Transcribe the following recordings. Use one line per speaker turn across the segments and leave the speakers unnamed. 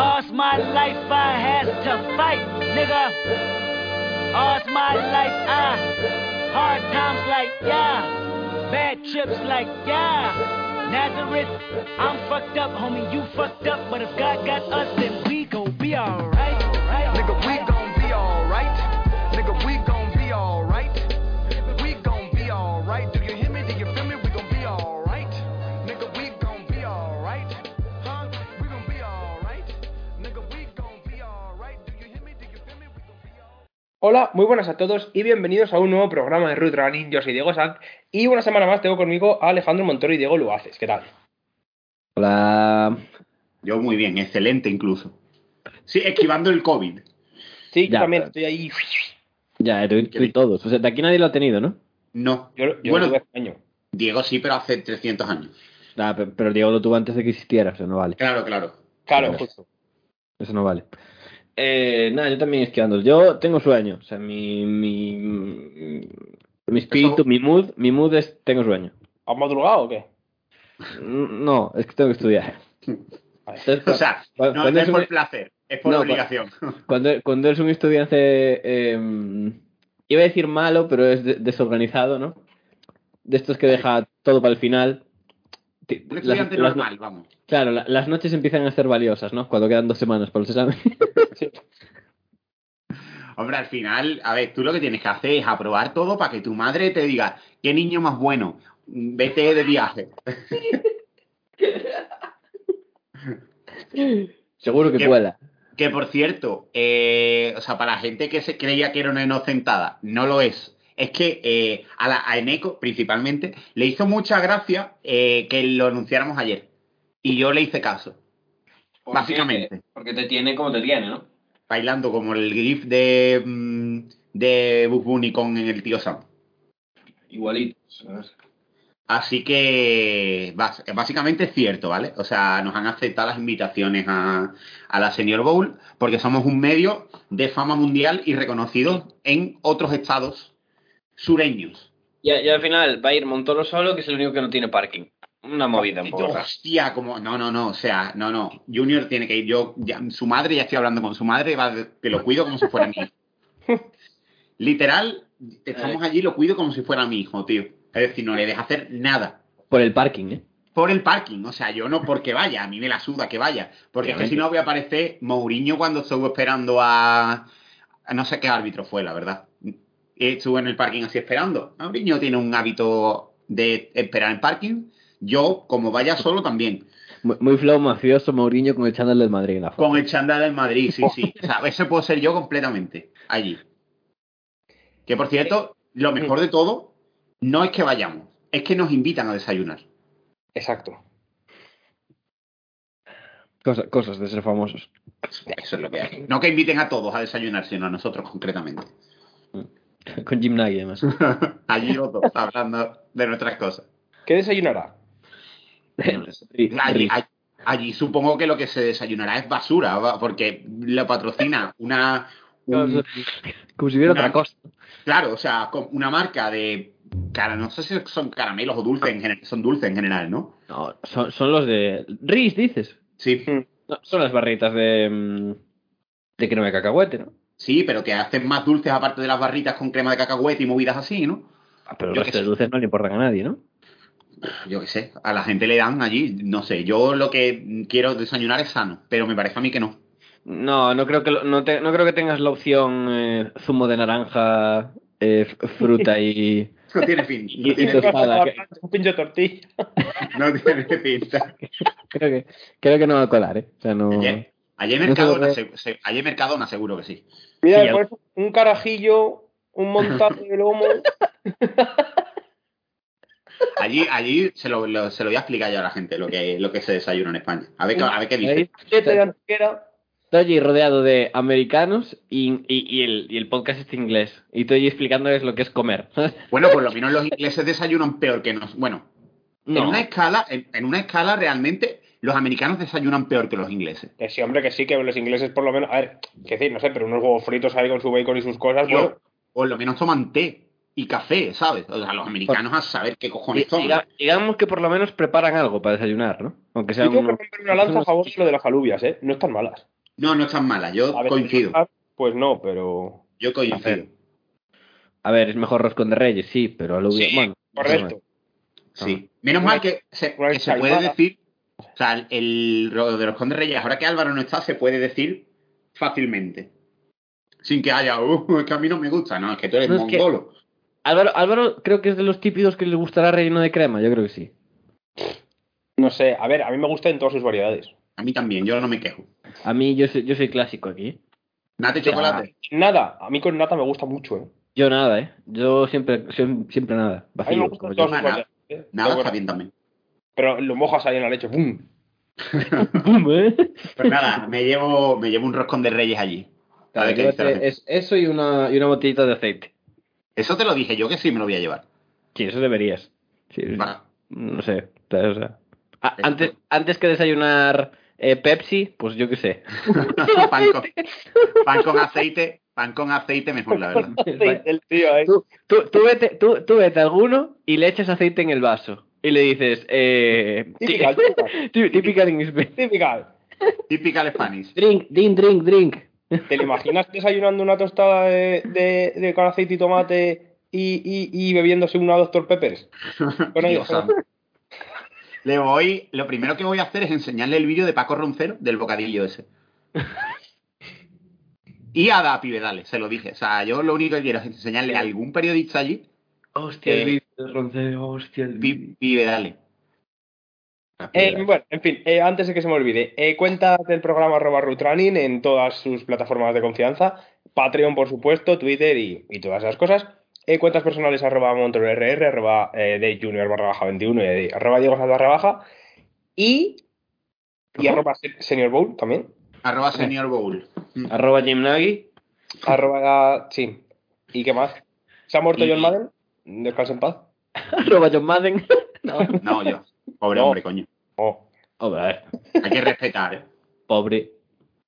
All's my life I has to fight, nigga. All's my life I hard times like yeah, bad trips like yeah. Nazareth, I'm fucked up, homie, you fucked up, but if God got us, then we gon' be alright. Right,
nigga, we gon' be alright. Nigga, we gon' be alright. We gon' be alright. Do you hear me? Do you feel me? We gon' be alright. Nigga, we gon' be alright. Huh? We gon' be alright. Nigga, we gon' be alright. Do you hear me? Do you feel me? We gon' be alright.
Hola, muy buenas a todos y bienvenidos a un nuevo programa de Root Running. Yo soy Diego Sanz y una semana más tengo conmigo a Alejandro Montoro y Diego Luaces. ¿Qué tal?
Hola.
Yo muy bien, excelente incluso. Sí, esquivando el COVID.
Sí, yo
Ya.
también estoy ahí.
Ya, tú, y- tú y todos. O sea, de aquí nadie lo ha tenido, ¿no?
No.
Yo, yo lo
bueno,
tuve hace año.
Diego sí, pero hace 300 años.
Nah, Ah, pe- pero Diego lo tuvo antes de que existiera, eso no vale.
Claro, claro.
Claro,
Vale.
justo.
Eso no vale. Eh, nada, yo también esquiando. Yo tengo sueño. O sea, mi, mi, mi- mi espíritu,
Eso-
mi mood, mi mood es tengo sueño.
¿Has madrugado o qué?
No, es que tengo que estudiar. Entonces,
O sea,
cu-
no,
cuando
no es
un-
por placer, es por
No,
obligación.
Cuando, cuando eres un estudiante, eh, iba a decir malo, pero es de- desorganizado, ¿no? De estos que deja todo para el final. Ti-
Un
las-
estudiante
las-
normal, vamos.
claro, la- las noches empiezan a ser valiosas, ¿no? Cuando quedan dos semanas para los exámenes.
Hombre, al final, a ver, tú lo que tienes que hacer es aprobar todo para que tu madre te diga, qué niño más bueno, vete de viaje.
Seguro que
Qué-
cuela.
Que por cierto, eh, o sea, para la gente que se creía que era una inocentada, no lo es. Es que eh, a, la, a Eneco, principalmente, le hizo mucha gracia eh, que lo anunciáramos ayer. Y yo le hice caso.
Pues
Porque-
Básicamente.
Porque te tiene como te tiene, ¿no?
bailando como el grif de mm, de Bugs Bunny con el tío Sam.
Igualito. ¿sabes?
Así que bas- básicamente es cierto, ¿vale? O sea, nos han aceptado las invitaciones a, a la Senior Bowl porque somos un medio de fama mundial y reconocido en otros estados sureños.
Y, a- y al final va a ir Montoro solo, que es el único que no tiene parking. Una movida un poco rara.
Hostia, como no, no, no, o sea, no, no. Junior tiene que ir. Yo, ya- su madre, ya estoy hablando con su madre, va, de- que lo cuido como si fuera mi hijo. Literal, estamos allí, lo cuido como si fuera mi hijo, tío. Es decir, no le deja hacer nada.
Por el parking, ¿eh?
Por el parking, o sea, yo no porque vaya, a mí me la suda que vaya. Porque es que si no voy a aparecer Mourinho cuando estuvo esperando a. a no sé qué árbitro fue, la verdad. Estuvo en el parking así esperando. Mourinho tiene un hábito de esperar en parking. Yo, como vaya solo, también.
Muy, muy flow mafioso Mourinho con el chándal del Madrid en la foto.
Con el chándal en Madrid, sí, sí. O sea, ese puedo ser yo completamente allí. Que por cierto, lo mejor de todo no es que vayamos, es que nos invitan a desayunar.
Exacto.
Cosa- cosas de ser famosos.
Pues Eso es lo que hay. No que inviten a todos a desayunar, sino a nosotros concretamente.
Con Jim Nagy, además.
Allí los dos, hablando de nuestras cosas.
¿Qué desayunará?
Allí, allí- allí supongo que lo que se desayunará es basura, va, porque lo patrocina una. un-
Como si hubiera
Una-
otra cosa.
Claro, o sea, con una marca de. Cara, no sé si son caramelos o dulces en general. Son dulces en general, ¿no?
No, son, son los de. Riz, dices.
Sí.
No, son las barritas de. mm, de crema de cacahuete, ¿no?
Sí, pero que hacen más dulces aparte de las barritas con crema de cacahuete y movidas así, ¿no?
Ah, Pero
Yo
los
qué
resto de
sé.
dulces no le importan a nadie, ¿no?
Yo qué sé, a la gente le dan allí, no sé, yo lo que quiero desayunar es sano, pero me parece a mí que no.
No, no creo que, lo- no te- no creo que tengas la opción eh, zumo de naranja, eh, f- fruta y.
No tiene fin,
Y-
no
y
tiene,
tostada, que-
Un pincho de tortilla.
no tiene pinta.
Creo que, creo que no va a colar, ¿eh? O sea, no.
Ayer, ayer
No se lo
Mercadona,
ve.
se- se- ayer Mercadona seguro que sí.
Mira, pues, me
Sí, ya-
pones un carajillo, un montaje de lomo.
Allí, allí se, lo, lo- se lo voy a explicar yo a la gente lo que, lo que se desayuna en España. A ver, qué- a ver qué
Ahí
dice.
Chete de Antequera.
Estoy allí rodeado de americanos y, y- y el, y el podcast es inglés. Y estoy allí explicándoles lo que es comer.
Bueno, por lo menos los ingleses desayunan peor que nos. Bueno, en
No.
una escala, en, en una escala realmente los americanos desayunan peor que los ingleses.
Que sí, hombre, que sí, que los ingleses por lo menos. A ver, que decir, no sé, pero unos huevos fritos ahí con su bacon y sus cosas, bueno.
Yo, por lo menos toman té y café, ¿sabes? O sea, los americanos a saber qué cojones
Di-
toman.
diga- digamos que por lo menos preparan algo para desayunar, ¿no? Aunque
Yo
sea
tengo que
uno...
romper una lanza a favor de lo de las alubias, ¿eh? No están malas.
No, no están malas. Yo
A ver,
coincido.
Pues no, pero.
A
Yo
ver,
coincido.
A ver, es mejor roscón de reyes, sí, pero alubia...
Sí,
bueno,
Correcto.
Sí. Menos
Una-
mal que se,
una
que se puede
ensalmada.
decir. O sea, el- el ro- de los Condes Reyes, ahora que Álvaro no está, se puede decir fácilmente. Sin que haya, uh, es que a mí no me gusta. No, es que tú eres
No, es que-
mongolo.
Álvaro, Álvaro creo que es de los típicos que les gustará relleno de crema, yo creo que sí.
No sé, a ver, a mí me gusta en todas sus variedades.
A mí también, yo no me quejo.
A mí, yo soy, yo soy clásico aquí.
Nate chocolate.
Nada, a mí con nata me gusta mucho, ¿eh?
Yo nada, ¿eh? Yo siempre, siem- siempre
A
nada.
mí me
Vacío,
gustan
como yo.
todas sus
Nada.
variedades. ¿eh? Pero
Nada está
bueno,
bien también.
Pero lo mojas ahí en la leche, ¡pum!
Pum, ¿eh?
Pues nada, me llevo, me llevo un roscón de reyes allí. A ver qué dice la
Llévate
gente.
es- eso y una, y una botellita de aceite.
Eso te lo dije yo que sí me lo voy a llevar.
Sí, eso deberías. Sí,
Va.
No sé. o sea, a-
Esto-
antes, antes que desayunar eh, Pepsi, pues yo qué sé.
pan, con, pan con aceite, pan con aceite mejor, la verdad.
El tío, ¿eh?
Tú, tú- tú vete, tú, tú vete a alguno y le echas aceite en el vaso. Y le dices, eh,
Típica,
tí-
típica,
tí- typical English breakfast.
típica.
Typical Spanish.
Drink, drink, drink, drink.
¿Te lo imaginas desayunando una tostada de, de, de con aceite y tomate y, y, y bebiéndose una Dr. Peppers? Bueno,
Dios santo. Le voy, lo primero que voy a hacer es enseñarle el vídeo de Paco Roncero del bocadillo ese. Y a Da Pibedales, se lo dije. O sea, yo lo único que quiero es enseñarle a algún periodista allí,
Hostia,
el
vídeo de Roncero, hostia, el
Pi- Pibedales.
Eh, bueno, en fin, eh, antes de que se me olvide, eh, cuenta del programa arroba Rutranin en todas sus plataformas de confianza, Patreon por supuesto, Twitter y, y todas esas cosas. Eh, cuentas personales arroba montrerr, arroba eh, de junior barra baja 21 y de- arroba Diego Sanz barra baja y, y arroba se- senior bowl también.
Arroba Senior Bowl.
Arroba Jim Nagy.
Arroba, ah, sí. ¿Y qué más? ¿Se ha muerto
Y-
John Madden? Descansa en paz.
Arroba John Madden. no.
No, yo. Pobre
No.
hombre, coño.
Oh.
Hombre, a ver,
Hay que respetar, ¿eh?
pobre.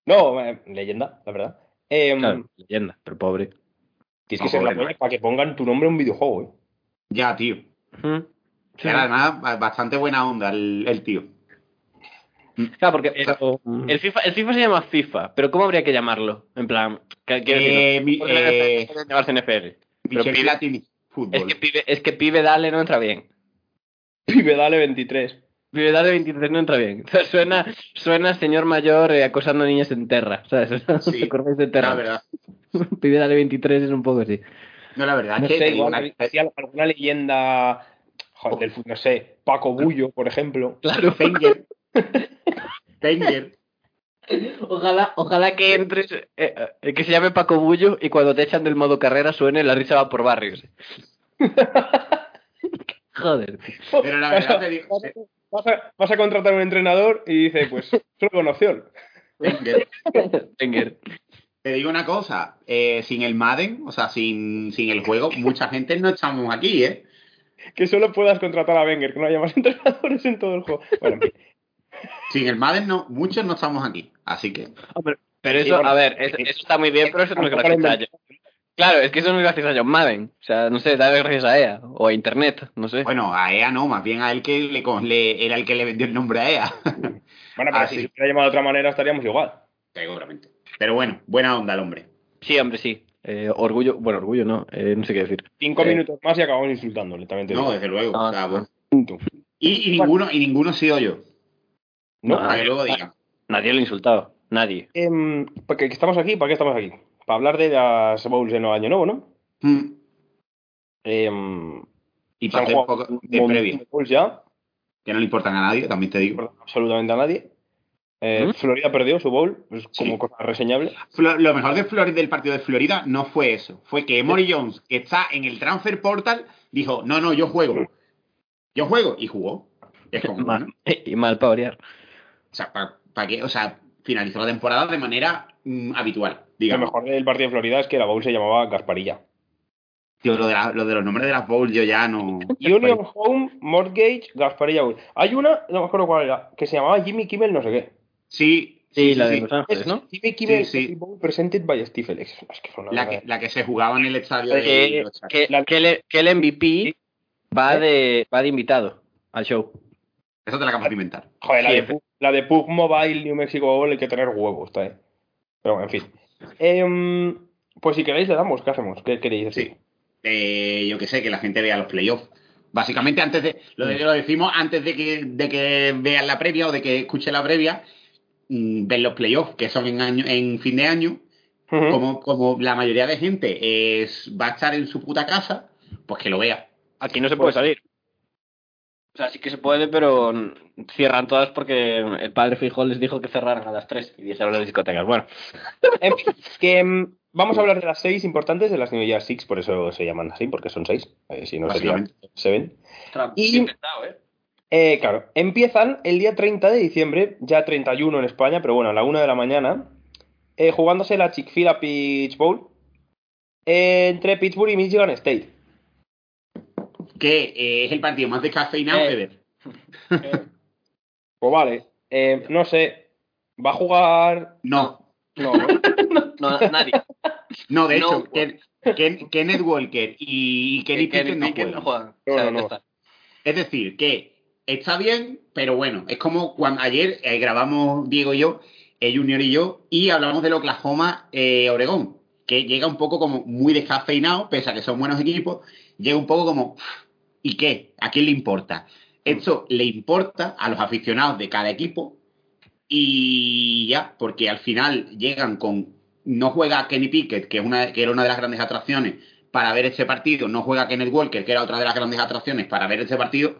No, eh, leyenda, la verdad. Eh,
Claro, leyenda, pero pobre.
Tienes
No,
que ser la
pobre, no.
polla para que pongan tu nombre en un videojuego, eh.
Ya, tío.
Ujú. Sí.
Era además ba- bastante buena onda el, el tío.
Claro, porque el,
Pero-
el FIFA, el FIFA se llama FIFA, pero ¿cómo habría que llamarlo? En plan, ¿qué quiero decir?
Eh, mi-
¿Por qué la NFL
eh,
puede llamarse NFL? Pero
Michel
pibe-
Platini, fútbol.
Es que, pibe, es que pibe dale no entra bien.
Pibe, dale 23.
Pibe dale 23 no entra bien. O sea, suena, suena señor mayor eh, acosando a niñas en terra. ¿Sabes?
Sí.
¿Te acordáis de
No, la
terra?
verdad.
Pibe dale 23 es un poco así.
No, la verdad.
No
es que
sé,
te digo
igual
una-
había- hacía alguna leyenda joder, del fútbol, no sé,
Oh.
Paco Bullo, por ejemplo.
Claro.
Fenger. Fenger.
Ojalá, ojalá que entres, eh, eh, que se llame Paco Bullo y cuando te echan del modo carrera suene la risa va por barrios. Joder.
Pero la verdad te digo, eh.
Vas a- vas a, vas a contratar un entrenador y dice, pues, solo con opción.
Fenger.
Wenger.
Te digo una cosa. eh, sin el Madden, o sea, sin, sin el juego, mucha gente no estamos aquí, ¿eh?
Que solo puedas contratar a Wenger, que no haya más entrenadores en todo el juego. Bueno, en fin.
Sin el Madden, no, muchos no estamos aquí. Así que.
Pero
Sí,
eso,
bueno.
a ver, es- eso está muy bien, pero eso no es
Tampoco
gracias
lo
a ellos. Claro, es que eso no es gracias a John Madden. O sea, no sé, dale gracias a EA o a Internet, no sé.
Bueno, a EA no, más bien a él que le, co- le- era el que le vendió el nombre a EA.
Bueno, pero
Ah,
si
sí.
se hubiera llamado de otra manera estaríamos igual.
Seguramente. Pero bueno, buena onda el hombre.
Sí, hombre, sí. Eh, orgullo, bueno, orgullo no, eh, no sé qué decir.
Cinco
Eh.
minutos más y acabamos insultándole, también te
No,
digo.
desde luego.
No,
o sea,
no.
bueno.
Punto.
Y, y ninguno, y ninguno he sido yo.
¿No?
Ah,
Para que luego digan.
Nadie lo ha insultado, nadie.
Em, ¿Por qué estamos aquí? ¿Para qué estamos aquí? Para hablar de las bowls de nuevo año nuevo, ¿no?
Mm,
Em,
Y
se han
para hacer un
jugado
poco
un
de
montón
previa,
de bowls ya.
que no le importan a nadie, también te digo.
importa absolutamente a nadie. Eh,
¿Mm?
Florida perdió su bowl, pues,
Sí.
como cosa reseñable.
Flo- lo mejor de Florida, del partido de Florida no fue eso. Fue que Emory Jones, que está en el transfer portal, dijo, no, no, yo juego. yo juego y jugó. Es como,
Ma-
bueno,
y mal para orear.
o sea, ¿para qué? O sea, finalizó la temporada de manera mm, habitual,
Lo
digamos.
mejor del partido de Florida es que la bowl se llamaba Gasparilla.
Tío, lo de, la- lo de los nombres de las bowls yo ya no...
Union Home Mortgage Gasparilla Bowl. Hay una, no me acuerdo cuál era, que se llamaba Jimmy Kimmel no sé qué.
Sí,
Sí,
sí,
la
sí,
de
sí.
Los Ángeles, ¿no?
Jimmy Kimmel
Pues, Sí, sí.
Steve Bowl presented by Steve Ellis. Es que fue una
La que,
mierda.
la que se jugaba en el estadio de...
Que,
los Chargers.
que- que el, que el MVP va de, va de invitado al show.
Eso te la acabas de inventar.
Joder, la,
Sí,
de
efe-
Pug, la de Pug Mobile New Mexico Bowl hay que tener huevos, ¿eh? Pero bueno, en fin. Em, pues si queréis le damos, ¿qué hacemos? ¿Qué queréis decir?
Sí. eh, yo que sé, que la gente vea los playoffs. Básicamente, antes de, lo, de- lo decimos antes de que, de que vean la previa o de que escuchen la previa, mm, ver los playoffs, que son en, año, en fin de año.
Ujú.
Como, como la mayoría de gente es, va a estar en su puta casa, pues que lo vea.
Aquí no se
puede
salir.
Pues O sea, sí que se puede, pero mm, cierran todas porque el padre Fijol les dijo que cerraran a las 3 y dijeron las discotecas. Bueno,
En fin, que em, vamos a hablar de las seis importantes, de las New Year Six, por eso se llaman así, porque son seis. eh, si no serían
Básicamente.
seven. Y-
bien pensado, ¿eh?
Eh, claro, empiezan el día 30 de diciembre, ya 31 en España, pero bueno, a la 1 de la mañana, eh, jugándose la Chick-fil-A Peach Bowl eh, entre Pittsburgh y Michigan State.
Que eh, es el partido más descafeinado de ver.
Pues vale, eh, no sé, va a jugar...
No,
No, ¿no?
No, nadie.
no, de
No,
hecho,
pues.
Ken- Ken- Kenneth Walker y Kenny
Que- que
Pickett
ni
no
Eh, Pickett
juegan.
juegan.
No,
O sea,
no, no.
ya está.
Es decir, que está bien, pero bueno, es como cuando ayer eh, grabamos Diego y yo, el Junior y yo, y hablamos del Oklahoma eh, Oregón, que llega un poco como muy descafeinado, pese a que son buenos equipos, llega un poco como, ¿y qué? ¿A quién le importa? Esto le importa a los aficionados de cada equipo y ya, porque al final llegan con, no juega Kenny Pickett, que, es una, que era una de las grandes atracciones para ver este partido, no juega Kenneth Walker, que era otra de las grandes atracciones para ver este partido,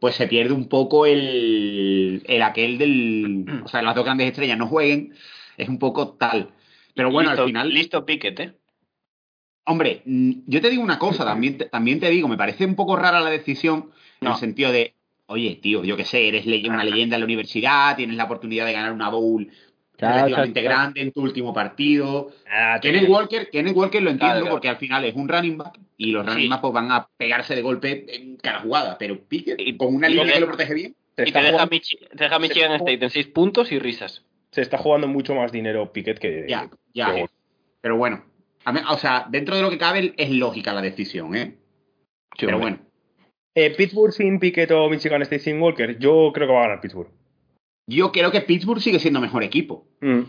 pues se pierde un poco el, el aquel del... O sea, las dos grandes estrellas no jueguen, es un poco tal. Pero bueno,
Listo-
al final...
Listo Pickett, ¿eh?
Hombre, mm, yo te digo una cosa, también te, también te digo, me parece un poco rara la decisión en el
No.
sentido de, oye, tío, yo qué sé, eres le- una leyenda en la universidad, tienes la oportunidad de ganar una bowl relativamente grande en tu último partido. Kenneth Walker, Kenneth Walker lo entiendo
Ah, Claro, claro.
porque al final es un running back y los running
Sí.
back pues, van a pegarse de golpe en cada jugada, pero Pickett
Y-
con una
y
línea
te-
que lo protege bien.
Se
Y
está,
te deja,
jugando,
Michi- te deja Michigan State en 6 puntos y risas.
se está jugando mucho más dinero Piquet
Eh,
que...
Ya, ya.
que-
Pero bueno, a mí- o sea, dentro de lo que cabe es lógica la decisión, ¿eh? pero bueno.
Eh, Pittsburgh sin Piquet o Michigan State sin Walker, yo creo que va a ganar Pittsburgh.
Yo creo que Pittsburgh sigue siendo mejor equipo.
Mm.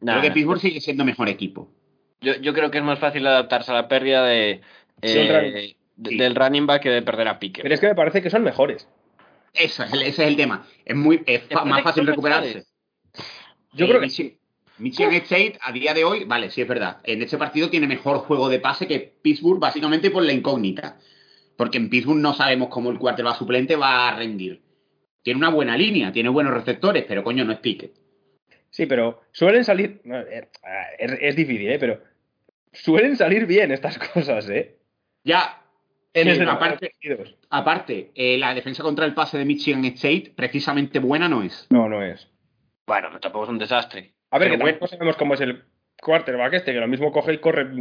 Nah,
creo que Pittsburgh sigue siendo mejor equipo.
yo, yo creo que es más fácil adaptarse a la pérdida de,
Sí, un
eh,
running-
de-
sí.
del running back que de perder a Pickett.
Pero es que me parece que son mejores.
Eso es el- ese es el tema. Es muy es fa-
Después
más
de
fácil
que son
recuperarse.
mejores.
Yo
Eh,
creo que
Michi- Michigan State a día de hoy, vale, sí es verdad. En este partido tiene mejor juego de pase que Pittsburgh, básicamente por la incógnita. Porque en Pittsburgh no sabemos cómo el quarterback suplente va a rendir. Tiene una buena línea, tiene buenos receptores, pero coño, no es Pickett.
Sí, pero suelen salir. no, eh, Es, es difícil, ¿eh? Pero suelen salir bien estas cosas, ¿eh?
Ya,
En
Sí,
este-
aparte- aparte, eh, la defensa contra el pase de Michigan State precisamente buena no es.
No, no es.
Bueno, pero tampoco es un desastre.
A ver,
Pero
que tampoco sabemos cómo es el quarterback este, que lo mismo coge y corre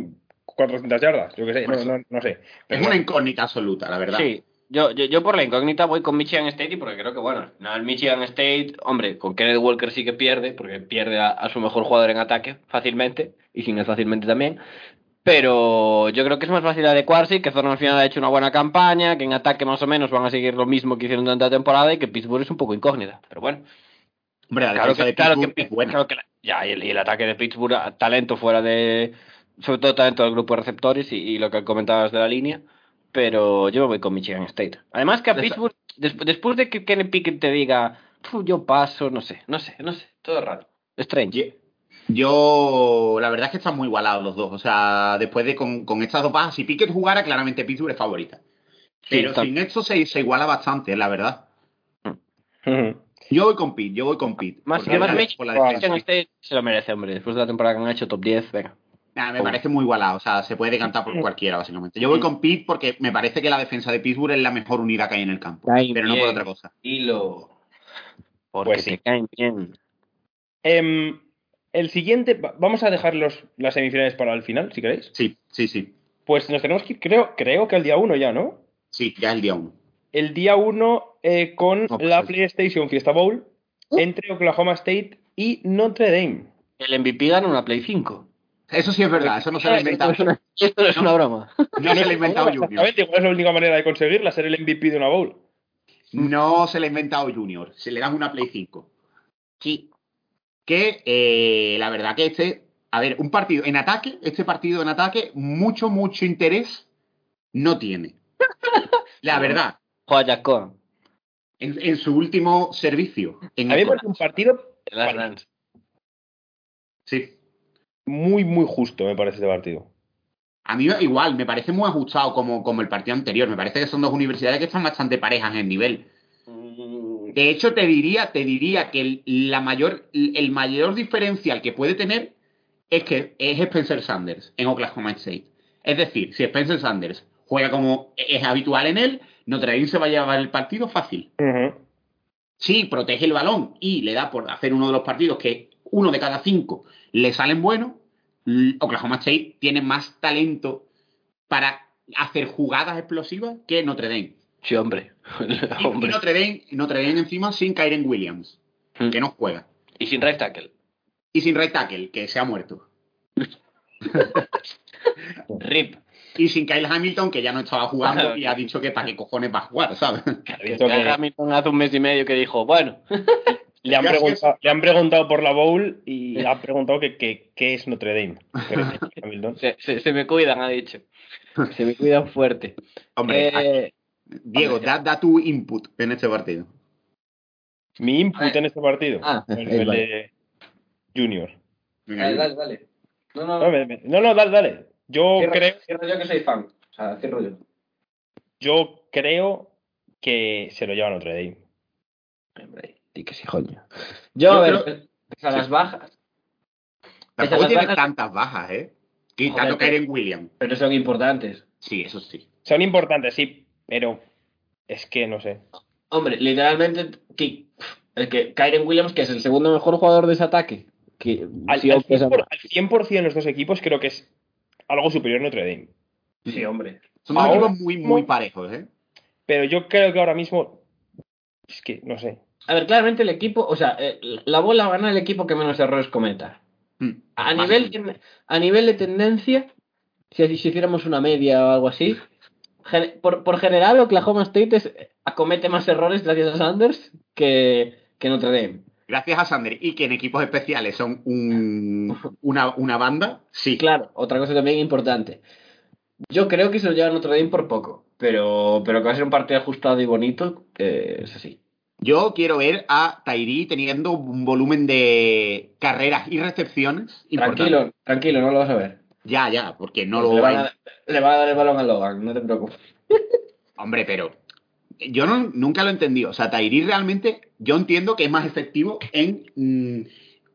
400 yardas. Yo qué sé,
Por
no,
eso.
no- no sé.
Es
Pero
una
bueno,
incógnita absoluta, la verdad.
Sí, yo, yo, yo por la incógnita voy con Michigan State y porque creo que, bueno, no, el Michigan State, hombre, con Kenneth Walker sí que pierde, porque pierde a, a su mejor jugador en ataque fácilmente, y sin él fácilmente también. Pero yo creo que es más fácil adecuarse, y que Zorn al final ha hecho una buena campaña, que en ataque más o menos van a seguir lo mismo que hicieron durante la temporada y que Pittsburgh es un poco incógnita. Pero bueno,
Hombre, la
claro
defensa
que,
de
claro que,
Pittsburgh es buena.
claro que la- ya, y el, y el ataque de Pittsburgh, a- talento fuera de, sobre todo talento del grupo de receptores y, y lo que comentabas de la línea, pero yo me voy con Michigan State. Además que a
Esa-
Pittsburgh, desp- después de que Kenny Pickett te diga, "Fu, yo paso, no sé, no sé, no sé, todo raro. Strange.
Ye- Yo, la verdad es que están muy igualados los dos. O sea, después de con, con estas dos bajas, si Pickett jugara, claramente Pittsburgh es favorita. Pero
está-
sin esto se, se iguala bastante, la verdad.
ujú.
Yo voy con Pitt, yo voy con Pitt.
Más,
Porque
más pues,
la-
Mich-
por la
Michigan
defensa.
State se lo merece, hombre, después de la temporada que han hecho top 10, venga.
Nah, me parece muy igualado, o sea, se puede decantar por cualquiera, básicamente. Yo voy con Pitt porque me parece que la defensa de Pittsburgh es la mejor unidad que hay en el campo,
Caen
pero no por
bien.
otra cosa.
Y lo. Porque
Pues sí.
te caen bien.
Em, el siguiente, va- vamos a dejar los, las semifinales para el final, si queréis.
Sí, sí, sí.
Pues nos tenemos que ir, creo, creo que al día 1 ya, ¿no?
Sí, ya es el día uno.
El día 1 eh, con
No, pues
la
sí.
PlayStation Fiesta Bowl entre Oklahoma State y Notre Dame.
El MVP gana una Play 5.
Eso sí es verdad, Eh, eso no se lo ha
Esto no
inventado.
es una, esto no es una broma.
No se lo ha inventado Junior.
Exactamente, igual es la única manera de conseguirla, ser el MVP de una bowl. Mm.
No se lo ha inventado Junior. Se le das una Play 5.
Sí.
Que eh, la verdad que este. A ver, un partido en ataque, este partido en ataque, mucho, mucho interés no tiene. La verdad,
Juega Jack Cohen.
en, en su último servicio. En
A mí me
el
parece un partido
El Last
Vale.
Dance.
Sí.
muy, muy justo, me parece este partido.
A mí igual, me parece muy ajustado como, como el partido anterior. Me parece que son dos universidades que están bastante parejas en nivel. De hecho, te diría, te diría que el, la mayor, el mayor diferencial que puede tener es que es Spencer Sanders en Oklahoma State. Es decir, si Spencer Sanders juega como es habitual en él, Notre Dame se va a llevar el partido fácil.
Ujú.
Sí, protege el balón y le da por hacer uno de los partidos que uno de cada cinco le salen buenos, l- Oklahoma State tiene más talento para hacer jugadas explosivas que Notre Dame.
Sí, hombre.
Y, y
hombre.
Notre, Dame, Notre Dame encima sin Kyren Williams,
Mm.
que no juega.
Y sin right tackle.
Y sin right tackle, que se ha muerto.
Rip.
Y sin Kyle Hamilton, que ya no estaba
Ah,
jugando y ha dicho que para qué cojones va a jugar, ¿sabes?
Que
Visto que-
Kyle Hamilton hace un mes y medio que dijo, bueno,
Le han,
Ya es que-
preguntado, le han preguntado por la bowl y han preguntado que que- qué es Notre Dame. Pero, Hamilton.
se, se- se me cuidan, ha dicho. Se me cuidan fuerte.
Hombre,
Eh,
Diego, da, da tu input en este partido.
Mi input en este partido.
Ah,
el,
eh,
el
vale.
de Junior.
Venga,
dale,
Diego.
dale, dale. No, no,
No, me- me- no, no, dale, dale. Yo
cierro,
creo,
cierro yo que soy fan. O sea, cierro yo.
yo creo que se lo lleva Notre Dame.
Hombre, di que sí, coño. Yo, a
Yo
ver, a las bajas,
Tampoco
Esas
tiene
bajas-
tantas bajas, ¿eh?
Joder,
Quitando
pero-
Kyren Williams.
pero son importantes.
Sí, eso sí.
Son importantes, sí, pero es que no sé.
Hombre, literalmente, que, es que Kyren Williams, que es el segundo mejor
mejor jugador de ese ataque. Que,
Al,
si
al
optas a-
100%, por- al 100% los dos equipos creo que es algo superior Notre Dame.
Sí, hombre.
Son dos
Ahora
equipos muy,
mismo-
muy parejos, ¿eh?
Pero yo creo que ahora mismo es que no sé.
A ver, claramente el equipo, o sea, eh, la bola gana el equipo que menos errores cometa.
Mm.
A
Más-
nivel, de- a nivel de tendencia, si, así- si hiciéramos una media o algo así, gen- por, por general Oklahoma State es- eh, acomete más errores gracias a Sanders que, que Notre Dame.
Gracias a Sander. Y que en equipos especiales son un, una, una banda. Sí.
Y claro, otra cosa también importante. Yo creo que se lo lleva Notre Dame por poco, pero, pero que va a ser un partido ajustado y bonito, eh, es así.
Yo quiero ver a Tairi teniendo un volumen de carreras y recepciones. importante.
Tranquilo, tranquilo, no lo vas a ver.
Ya, ya, porque no
le,
lo
van
hay.
a, le van a dar el balón a Logan, no te preocupes.
Hombre, pero yo no- nunca lo entendí. O sea, Tairi realmente, yo entiendo que es más efectivo en mm,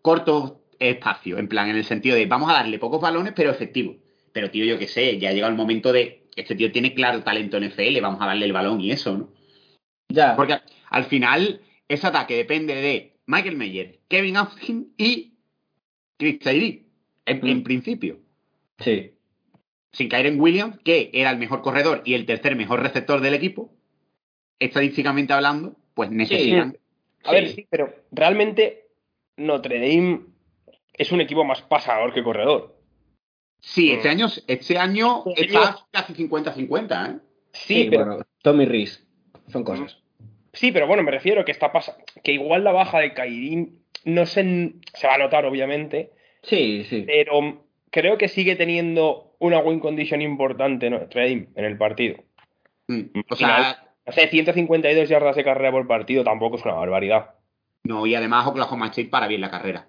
cortos espacios, en plan, en el sentido de vamos a darle pocos balones, pero efectivo. Pero tío, yo qué sé, ya ha llegado el momento de este tío tiene claro talento en FL, vamos a darle el balón y eso, ¿no?
Ya.
Porque al final ese ataque depende de Michael Mayer, Kevin Austin y Chris Tairi, en, en
Mm.
principio.
Sí.
sin caer en Williams, que era el mejor corredor y el tercer mejor receptor del equipo, estadísticamente hablando, pues necesitan.
A ver, sí, pero realmente Notre Dame es un equipo más pasador que corredor.
Sí, este año, este año
Sí,
está casi 50-50, ¿eh?
Sí, pero
bueno, Tommy Reese. Son cosas.
Sí, pero bueno, me refiero que está pasa que igual la baja de Kairin no se, se va a notar, obviamente,
Sí, sí.
pero creo que sigue teniendo una win condition importante ¿no? Notre Dame en el partido.
Mm. O
Y la-
sea,
O sea, 152 yardas de carrera por partido tampoco es una barbaridad.
no, y además Oklahoma State para bien la carrera.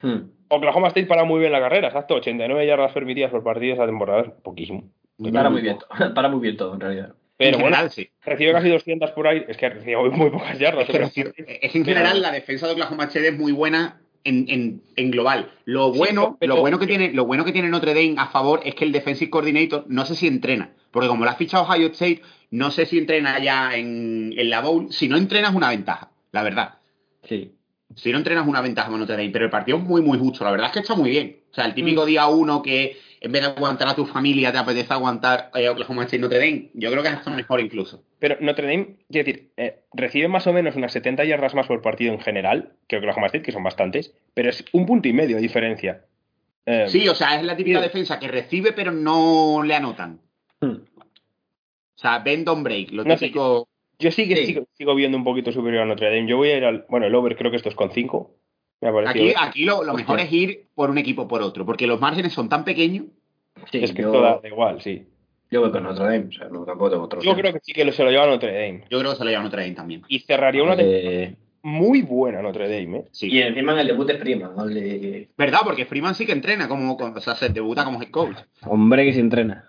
Hmm.
Oklahoma State para muy bien la carrera, exacto. 89 yardas permitidas por partido esa temporada es poquísimo.
Para muy bien, to- para muy bien todo, en realidad.
En
Pero bueno,
general, sí.
recibe casi 200 por aire. Es que recibe muy pocas yardas.
Es que,
pero-
recibe- es que en general la defensa de Oklahoma State es muy buena en, en- en global. Lo bueno,
pero-
lo bueno que tiene, lo bueno que tiene Notre Dame a favor es que el defensive coordinator no sé si entrena, porque como lo ha fichado Ohio State, no sé si entrena ya en, en la bowl. Si no entrenas una ventaja, la verdad.
Sí.
Si no entrenas una ventaja con Notre Dame, pero el partido es muy, muy justo. La verdad es que está muy bien. O sea, el
Mm.
típico día uno que en vez de aguantar a tu familia te apetece aguantar eh, Oklahoma State Notre Dame, yo creo que es hasta mejor incluso.
Pero Notre Dame, quiero decir, eh, recibe más o menos unas 70 yardas más por partido en general, creo que Oklahoma State, que son bastantes, pero es un punto y medio de diferencia. Eh,
Sí, o sea, es la típica defensa que recibe pero no le anotan.
Hmm.
O sea, bend don't break, lo
No sé,
típico.
Yo sí que
Sí.
Sigo, sigo viendo un poquito superior a Notre Dame. Yo voy a ir al. Bueno, el over creo que esto es con 5. Me ha parecido.
ah,
Aquí, aquí lo, lo mejor
Hostia.
es ir por un equipo o por otro, porque los márgenes son tan pequeños.
Sí,
es que
yo,
esto da da igual, sí.
yo voy con Notre Dame, o sea, no, tampoco tengo otro.
Yo creo que sí que lo- se lo lleva Notre Dame.
Yo creo que se lo llevan otra vez también.
Y cerraría una temporada
Eh,
muy buena Notre Dame, ¿eh?
Sí.
y encima en el debut de Prima, ¿no? Le-
¿Verdad? Porque Freeman sí que entrena, como, o sea, se debuta como head coach.
Hombre que se entrena.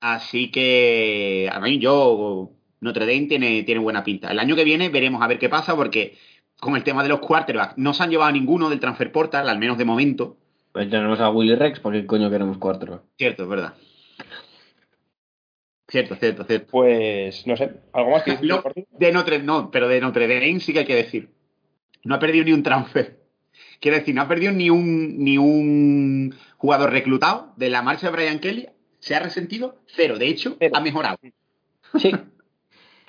Así que a mí yo Notre Dame tiene, tiene buena pinta. El año que viene veremos a ver qué pasa porque con el tema de los quarterbacks no se han llevado a ninguno del transfer portal, al menos de momento.
Pues tenemos a Willy Rex, porque coño queremos cuatro?
Cierto, es verdad. Cierto, cierto, cierto.
Pues no sé, algo más que decir
Lo-
del partido?
de Notre no, pero de Notre Dame sí que hay que decir. No ha perdido ni un transfer. Quiero decir, no ha perdido ni un ni un jugador reclutado de la marcha de Brian Kelly. Se ha resentido cero. De hecho,
Cero.
ha mejorado.
Sí.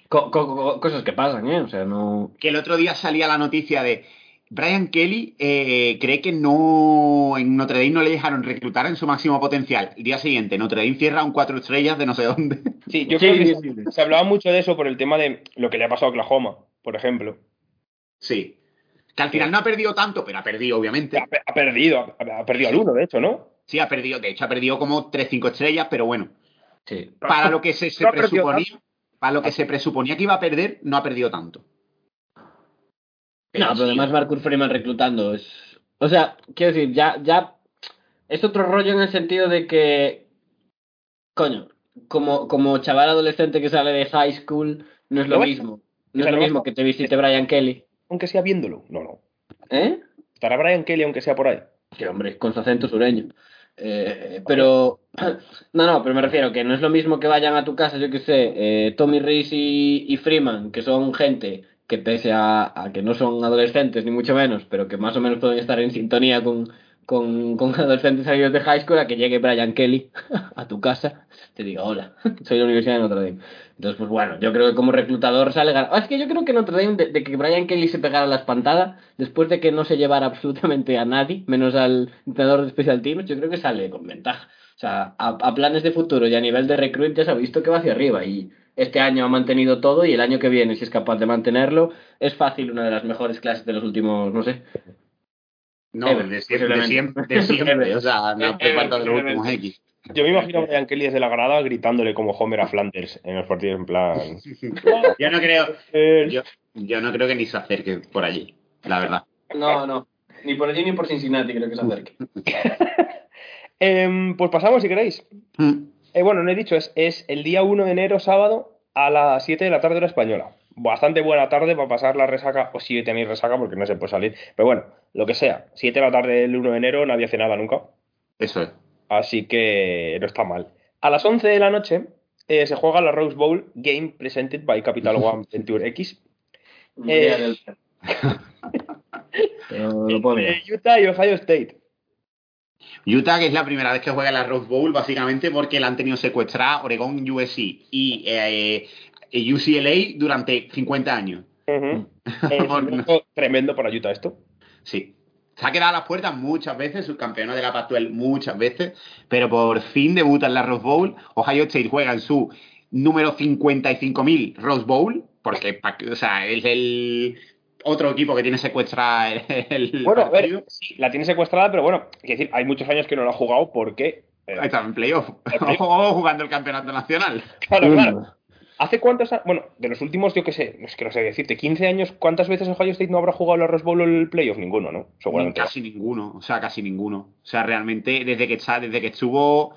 Co- co- co- cosas que pasan, ¿eh? O sea, no.
que el otro día salía la noticia de Brian Kelly eh, cree que no en Notre Dame no le dejaron reclutar en su máximo potencial. El día siguiente, Notre Dame cierra un cuatro estrellas de no sé dónde.
Sí, yo
Sí,
creo que
sí,
se-
sí, sí.
se hablaba mucho de eso por el tema de lo que le ha pasado a Oklahoma, por ejemplo.
Sí. Que al final no ha perdido tanto, pero ha perdido, obviamente.
Ha, pe- ha perdido, ha, ha perdido al uno, de hecho, ¿no?
Sí, ha perdido. De hecho, ha perdido como 3-5 estrellas, pero bueno.
Sí.
Para lo que se, se
No ha perdido
presuponía. Para lo que se presuponía que iba a perder, no ha perdido tanto.
No, pero
sí,
además Marcus Freeman reclutando es... O sea, quiero decir, ya, ya... Es otro rollo en el sentido de que... Coño, como, como chaval adolescente que sale de high school, no es lo
Pero
mismo.
o
No
sea,
es lo
lo
mismo
bueno-
que te visite Brian Kelly.
Aunque sea viéndolo. No, no.
¿Eh?
Estará Brian Kelly, aunque sea por ahí.
Que hombre, con su acento sureño. Eh, pero no, no, pero me refiero que no es lo mismo que vayan a tu casa, yo que sé, eh, Tommy Reese y, y Freeman, que son gente que pese a, a que no son adolescentes, ni mucho menos, pero que más o menos pueden estar en sintonía con, con, con adolescentes salidos de high school, a que llegue Brian Kelly a tu casa, te diga, hola, soy de la Universidad de Notre Dame. Entonces, pues bueno, yo creo que como reclutador sale gan- Ah, Es que yo creo que Notre Dame, de, de que Brian Kelly se pegara la espantada, después de que no se llevara absolutamente a nadie, menos al entrenador de Special Teams, yo creo que sale con ventaja. O sea, a, a planes de futuro y a nivel de recruit ya se ha visto que va hacia arriba y este año ha mantenido todo y el año que viene, si es capaz de mantenerlo, es fácil una de las mejores clases de los últimos, no sé.
No,
Ever,
de siempre, de
posiblemente.
siempre, de siempre, O sea, no hace
Ever,
falta de los
posiblemente.
últimos X.
Yo me imagino a Brian Kelly desde la grada gritándole como Homer a Flanders en los partidos, en plan.
Yo no creo,
eh,
Yo, yo no creo que ni se acerque por allí, la verdad.
No, no. Ni por allí ni por Cincinnati creo que se acerque.
em, pues pasamos si queréis.
Mm.
Eh, bueno, no he dicho, es, es el día 1 de enero, sábado, a las 7 de la tarde hora española. Bastante buena tarde para pasar la resaca, o si tenéis resaca porque no se puede salir. Pero bueno, lo que sea, 7 de la tarde del 1 de enero, nadie hace nada nunca.
Eso es.
Así que no está mal. A las 11 de la noche eh, se juega la Rose Bowl Game presented by Capital One Venture X. Eh.
Pero lo puedo mirar.
Eh, Utah y Ohio State.
Utah, que es la primera vez que juega la Rose Bowl, básicamente porque la han tenido secuestrada Oregón USC y eh, eh, UCLA durante 50 años.
Ujú. Eh, tremendo, tremendo para Utah esto.
Sí. Se ha quedado a las puertas muchas veces, subcampeona de la Pactuel muchas veces, pero por fin debuta en la Rose Bowl. Ohio State juega en su número 55.000 Rose Bowl, porque pa- o sea, es el otro equipo que tiene secuestrada el, el
Bueno, a
partido.
ver, sí, la tiene secuestrada, pero bueno, es decir, hay muchos años que no la ha jugado porque. eh,
Ahí está, en playoff.
playoff.
O jugando el campeonato nacional.
claro,
Mm.
claro. ¿Hace cuántos a- Bueno, de los últimos, yo que sé, es que no sé decirte, 15 años, ¿cuántas veces Ohio State no habrá jugado la Rose Bowl o el playoff? Ninguno, ¿no? Seguramente.
Casi ninguno, o sea, casi ninguno. O sea, realmente, desde que, está- desde que estuvo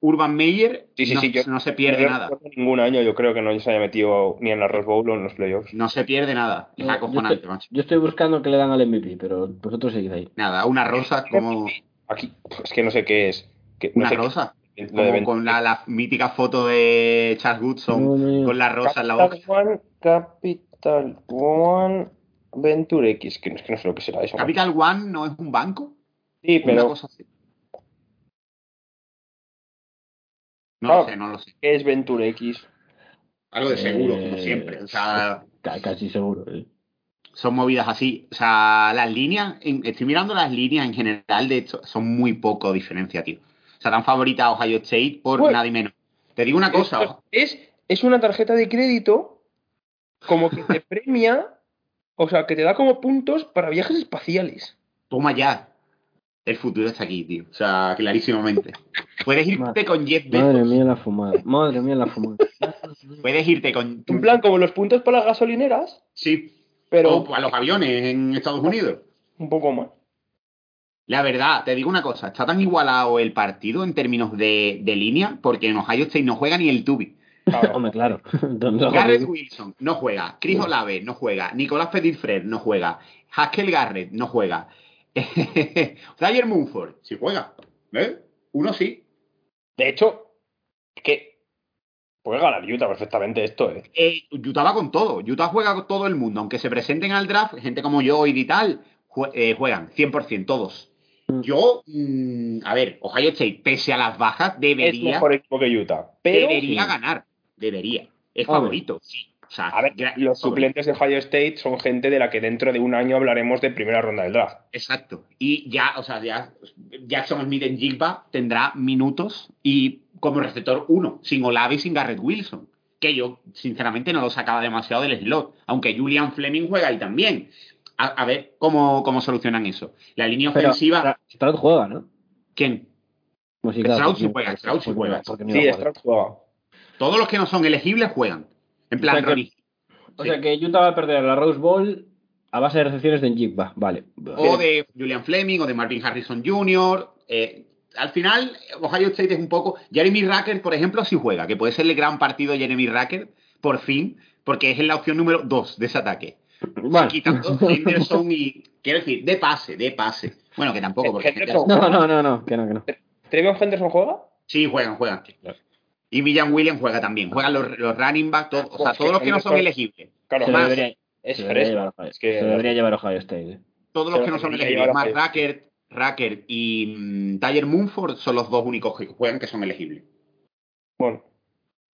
Urban Meyer
Sí, sí,
no,
sí, yo-
no se pierde
no
nada.
recuerdo Ningún año yo creo que no se haya metido ni en la Rose Bowl o en los playoffs.
No se pierde nada. Es
Yo- yo
acojonante,
estoy-
macho.
Yo estoy buscando que le dan al MVP, pero vosotros seguís ahí.
Nada, una rosa como.
Aquí es que no sé qué es. que no
Una
sé Eh, qué-
rosa.
lo de
Como
Ben-
con la, la mítica foto de Charles Goodson
No,
Mm.
no, no.
con la rosa en la boca.
Capital One, Capital One, Venture X, que no, es que no sé lo que será eso.
Capital One no es un banco.
sí,
Una
pero
cosa así. No
Claro.
lo sé, no lo sé.
¿qué es Venture X?
Algo de seguro,
Eh,
como siempre. O sea,
ca- casi seguro. eh.
son movidas así. O sea, las líneas, en- estoy mirando las líneas en general, de hecho, son muy poco diferencia, tío. O sea, tan favorita a Ohio State por
Uy.
nada y menos. Te digo una cosa,
Es, es una tarjeta de crédito como que te premia, o sea, que te da como puntos para viajes espaciales.
toma ya. El futuro está aquí, tío. O sea, clarísimamente. Puedes irte
Madre-
con Jeff
Madre
Bezos.
mía la fumada. Madre mía la fumada.
Puedes irte con.
En plan, como los puntos para las gasolineras,
Sí,
pero
o a los aviones en Estados Unidos.
un poco más.
La verdad, te digo una cosa, está tan igualado el partido en términos de, de línea, porque en Ohio State no juega ni el Tubi.
Claro.
Hombre, claro. Entonces, ojo,
Garrett
tío.
Wilson no juega, Chris Olave no juega, Nicolás Petitfred no juega, Haskell Garrett no juega, Dyer Munford sí juega, ¿ves? Uno sí.
De hecho, es que puede ganar Utah perfectamente esto, ¿eh?
Eh, Utah va con todo, Utah juega con todo el mundo, aunque se presenten al draft, gente como yo y tal, jue- eh, juegan 100%, todos. Yo, mm, a ver, Ohio State, pese a las bajas,
Es
debería...
mejor equipo que Utah. Pero
debería ganar. Debería. Es
Hombre.
favorito, sí. O sea,
A ver,
gran-
los
favorito.
suplentes de Ohio State son gente de la que dentro de un año hablaremos de primera ronda del draft.
Exacto. Y ya, o sea, ya Jackson Smith en Jigba tendrá minutos y como receptor uno, sin Olave y sin Garrett Wilson. Que yo, sinceramente, no lo sacaba demasiado del slot. Aunque Julian Fleming juega ahí también. A, a ver cómo, cómo solucionan eso. La línea
Pero
ofensiva,
Stra- Stroud juega, ¿no?
¿quién?
Pues
Stroud sí
porque-
juega, Stroud sí
porque-
juega.
porque no iba a
Sí,
jugar.
Stroud juega.
Todos los que no son elegibles juegan. En plan,
O sea que-
Ronnie,
O
Sí.
sea que Utah va a perder la Rose Bowl a base de recepciones de Njigba. Vale.
o de Julian Fleming o de Marvin Harrison Jr. eh, al final, Ohio State es un poco. Jeremy Racker, por ejemplo, sí juega, que puede ser el gran partido de Jeremy Racker, por fin, porque es la opción número dos de ese ataque.
Vale.
Quitando Henderson y. Quiero decir, de pase, de pase. Bueno, que tampoco, porque.
Henderson.
No, no, no, no, que no, que no.
¿Trevion Henderson juega?
Sí, juegan, juegan. Y William Williams juega también. Juegan los, los running back, todo- o sea, todos los que no son elegibles.
Claro,
Se lo
más
debería,
es
se lo debería
fresco.
llevar, Ohio-
Es que-
se lo debería llevar Ohio State. eh.
Todos los que no son elegibles. Más Racker, Racker y mm, Tyler Munford son los dos únicos que juegan que son elegibles.
Bueno,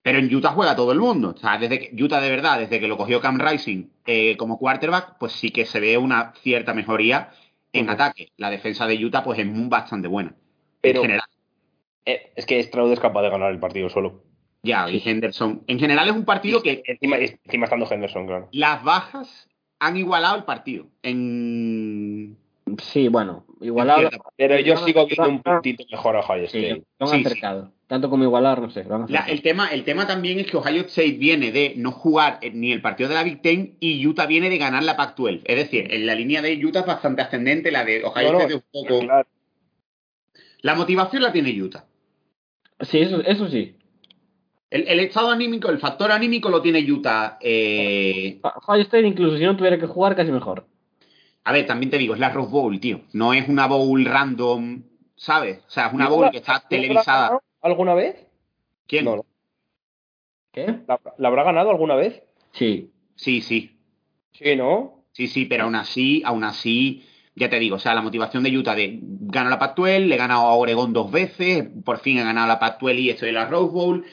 Pero en Utah juega todo el mundo. O sea, desde que, Utah de verdad, desde que lo cogió Cam Rising eh, como quarterback, pues sí que se ve una cierta mejoría en ataque. La defensa de Utah, pues es muy- bastante buena.
Pero-
en general,
eh, es que Stroud es capaz de ganar el partido solo.
ya, y Henderson. En general es un partido que
Encima, encima estando Henderson, claro.
las bajas han igualado el partido. En.
Sí, bueno, igualado.
en cierta-
Pero yo
No,
sigo viendo
no,
un
no.
puntito mejor a Ohio
Sí,
State.
lo han
Sí, sí.
acercado. Tanto como igualar, no sé. lo han
La-
acercado.
el, tema, el tema también es que Ohio State viene de no jugar eh, ni el partido de la Big Ten y Utah viene de ganar la Pac-12. Es decir, en la línea de Utah es bastante ascendente, la de Ohio
No, no,
State es un poco.
Claro,
La motivación la tiene Utah.
Sí, eso, eso sí.
El, el estado anímico, el factor anímico lo tiene Utah. eh,
Ohio State, incluso si no tuviera que jugar, casi mejor.
a ver, también te digo, es la Rose Bowl, tío. No es una bowl random, ¿sabes? O sea, es una bowl que está
¿La habrá
televisada.
ganado ¿Alguna vez?
¿Quién?
No, no.
¿Qué?
¿La, la habrá ganado alguna vez?
Sí.
Sí, sí.
Sí, ¿no?
Sí, sí, pero aún así, aún así, ya te digo, o sea, la motivación de Utah de gano la Pactuel, le he ganado a Oregón dos veces, por fin he ganado la Pactuel y estoy en la Rose Bowl.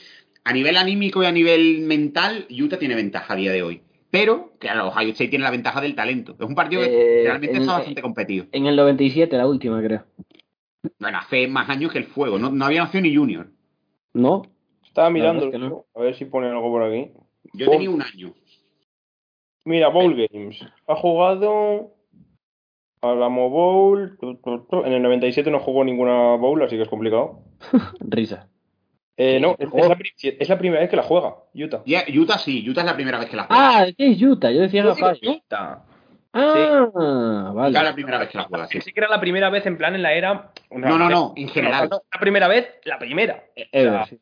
A nivel anímico y a nivel mental, Utah tiene ventaja a día de hoy. Pero, claro, Ohio State tiene la ventaja del talento. Es un partido que
Eh,
realmente
en-
está bastante competido.
En el 97, la última, creo.
Bueno, hace más años que el fuego. No, no había nacido ni junior.
¿No?
Estaba
verdad
mirando.
es que no.
A ver si pone algo por aquí.
Yo
Bowl.
tenía
Oh.
un año.
Mira, Bowl Games. Ha jugado Alamo Bowl. tu, tu, tu. En el 97 no jugó ninguna Bowl, así que es complicado.
Risa.
Eh,
Sí,
no,
sí,
es,
jugó.
es la, pri- es la primera vez que la juega Utah.
Ya, Utah sí, Utah es la primera vez que la juega.
Ah, ¿qué es Utah? Yo decía
Yo
la
digo
Ohio.
Utah.
Ah,
Ya
vale.
la primera vez que la juegas. sí.
Pensé que era la primera vez en plan en la era.
No, no, no, en general.
La primera vez, la primera.
Ever, Eh, sí.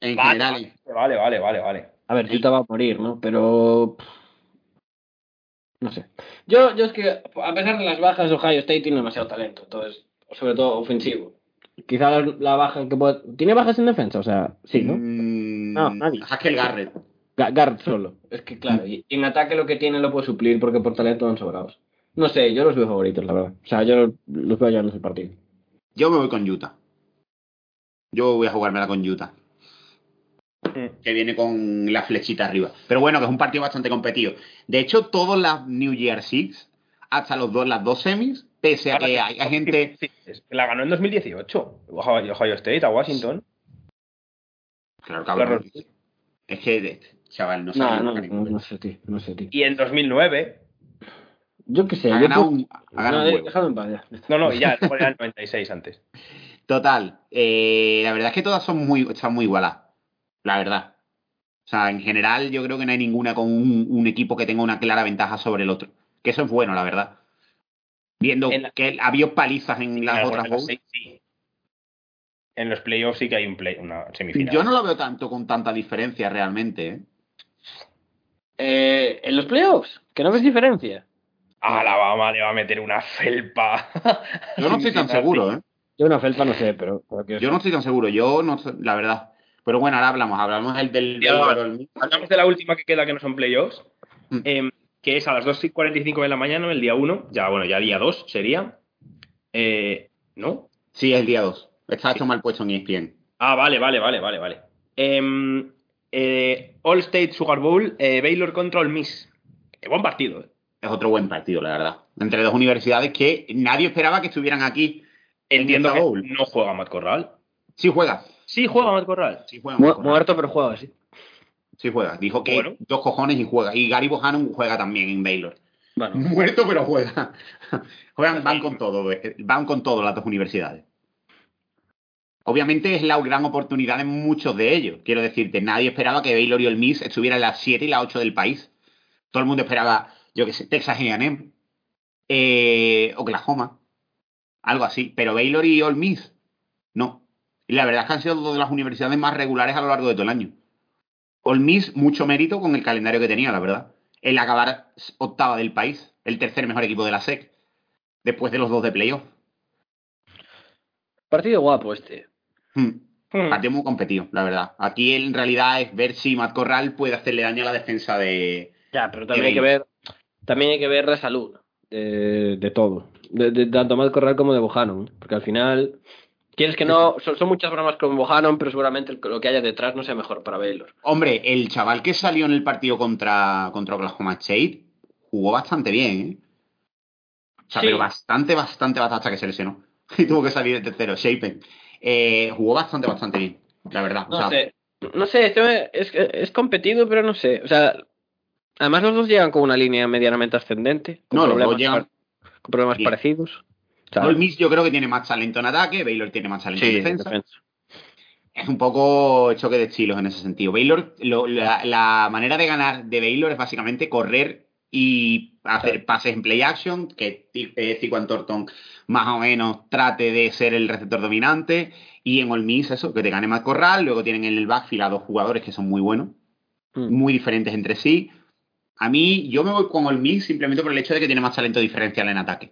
En
Vale.
general, en-
Vale, vale, vale, vale.
A ver, Yuta va a morir, ¿no? Pero. pff, No sé. Yo, yo es que, a pesar de las bajas, Ohio State tiene demasiado talento. Entonces, sobre todo ofensivo. Quizá la, la baja que pueda. ¿Tiene bajas en defensa? O sea, sí, ¿no?
Mm,
No, nadie.
Haskell Garrett.
Ga- Guard solo. Mm. Es que, claro, y, y en ataque lo que tiene lo puede suplir porque por talento van sobrados. No sé, yo los veo favoritos, la verdad. O sea, yo los- los veo llevándose el partido.
Yo me voy con Utah. Yo voy a jugármela con Utah.
Mm.
Que viene con la flechita arriba. Pero bueno, que es un partido bastante competido. De hecho, todas las New Year Six, hasta los dos, las dos semis, pese a que hay hay gente.
Sí, sí, sí. La ganó en 2018. Ohio Ohio State a Washington.
Claro, cabrón. Es que, chaval, no sé.
No, no, no, no sé, tío. No sé, tío.
Y en 2009.
Yo qué sé.
ha
yo
ganado
creo-
un, ha
No,
ganado un
de-
huevo.
déjalo en paz, ya.
No, no, y ya, después era el 96 antes.
Total, eh, la verdad es que todas son muy, están muy igualadas, la verdad. O sea, en general yo creo que no hay ninguna con un, un equipo que tenga una clara ventaja sobre el otro. Que eso es bueno, la verdad. Viendo
En la-
que había palizas en las
En algunas
otras
de las
bowls.
seis, sí. En los playoffs sí que hay un play, una semifinal.
Yo no lo veo tanto con tanta diferencia realmente. ¿eh?
Eh, en los playoffs, que no ves diferencia.
Alabama le va a meter una felpa.
Yo no estoy tan seguro, ¿eh?
Yo una felpa no sé, pero. pero que-
Yo no estoy tan seguro, yo no sé, la verdad. Pero bueno, ahora hablamos, hablamos el del...
Ya,
del-
vale.
del-
Hablamos de la última que queda que no son playoffs,
Mm.
eh, que es a las 2.45 de la mañana, el día 1, ya bueno, ya día 2 sería. Eh, ¿No?
Sí, es el día 2. Está esto mal puesto en E ESPN.
Ah, vale, vale, vale, vale, vale. Em, eh, All State Sugar Bowl, eh, Baylor contra Ole Miss. Eh, buen partido. eh.
Es otro buen partido, la verdad. Entre dos universidades que nadie esperaba que estuvieran aquí.
Entiendo
esta
que
bowl.
no juega Matt Corral.
Sí juega.
Sí, juega Matt Corral.
Sí juega.
Mu- muerto, pero juega así.
Sí juega. Dijo que
Bueno.
dos cojones y juega. Y Gary Bohannon juega también en Baylor.
Bueno,
Muerto, pero juega. Juegan, van con todo. eh, Van con todo las dos universidades. Obviamente es la gran oportunidad de muchos de ellos. Quiero decirte, nadie esperaba que Baylor y el Miss estuvieran las 7 y las 8 del país. Todo el mundo esperaba, yo que sé, Texas A&M, eh, Oklahoma, algo así. Pero Baylor y Ole Miss, no. Y la verdad es que han sido dos de las universidades más regulares a lo largo de todo el año. Ole Miss, mucho mérito con el calendario que tenía, la verdad. El acabar octava del país, el tercer mejor equipo de la E SEC, después de los dos de playoff.
partido guapo este.
Hmm.
Hmm.
Partido muy competido, la verdad. Aquí en realidad es ver si Matt Corral puede hacerle daño a la defensa de.
Ya, pero
también
también
hay
hay
que
que ver, también hay que ver la salud.
De, de todo. De, de tanto Matt Corral como de Bohannon. Porque al final.
Quieres que no, son, son muchas bromas con Bohannon, pero seguramente el- lo que haya detrás no sea mejor para Baylor.
Hombre, el chaval que salió en el partido contra, contra Oklahoma State jugó bastante bien, ¿eh? O sea,
Sí.
pero bastante, bastante, bastante hasta que se lesionó. Y tuvo que salir de tercero, Shapen. Eh, jugó bastante, bastante bien, la verdad. O
No
sea,
sé, no sé, este me- es, es competido, pero no sé. O sea, además los dos llegan con una línea medianamente ascendente, con
No, los dos
problemas,
llegan-
par- con problemas
Sí.
parecidos. O sea,
Ole Miss yo creo que tiene más talento en ataque, Baylor tiene más talento
sí,
en
defensa.
defensa. Es un poco choque de estilos en ese sentido. Baylor, lo- la, la manera de ganar de Baylor es básicamente correr y hacer pases en play action, que eh, Ciquan Thornton más o menos trate de ser el receptor dominante. Y en Ole Miss, eso, que te gane más corral. Luego tienen en el backfield a dos jugadores que son muy buenos,
Hmm.
Mm.
muy diferentes entre sí. A mí, yo me voy con Ole Miss simplemente por el hecho de que tiene más talento diferencial en ataque.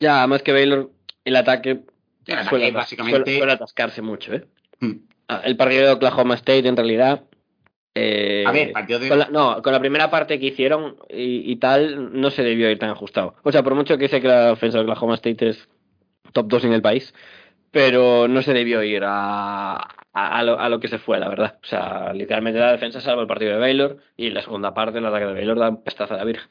Ya, además que Baylor, el ataque,
El ataque
suele,
básicamente.
suele- suele atascarse mucho, ¿eh?
Mm.
Ah, El partido de Oklahoma State, en realidad. eh,
A ver, partido de.
con la- no, con la primera parte que hicieron y, y tal, no se debió ir tan ajustado. O sea, por mucho que sé que la ofensa de Oklahoma State es top 2 en el país, pero no se debió ir a, a, a lo, a lo que se fue, la verdad. O sea, literalmente la defensa salva el partido de Baylor y la segunda parte, el ataque de Baylor, da un pestazo a la virgen.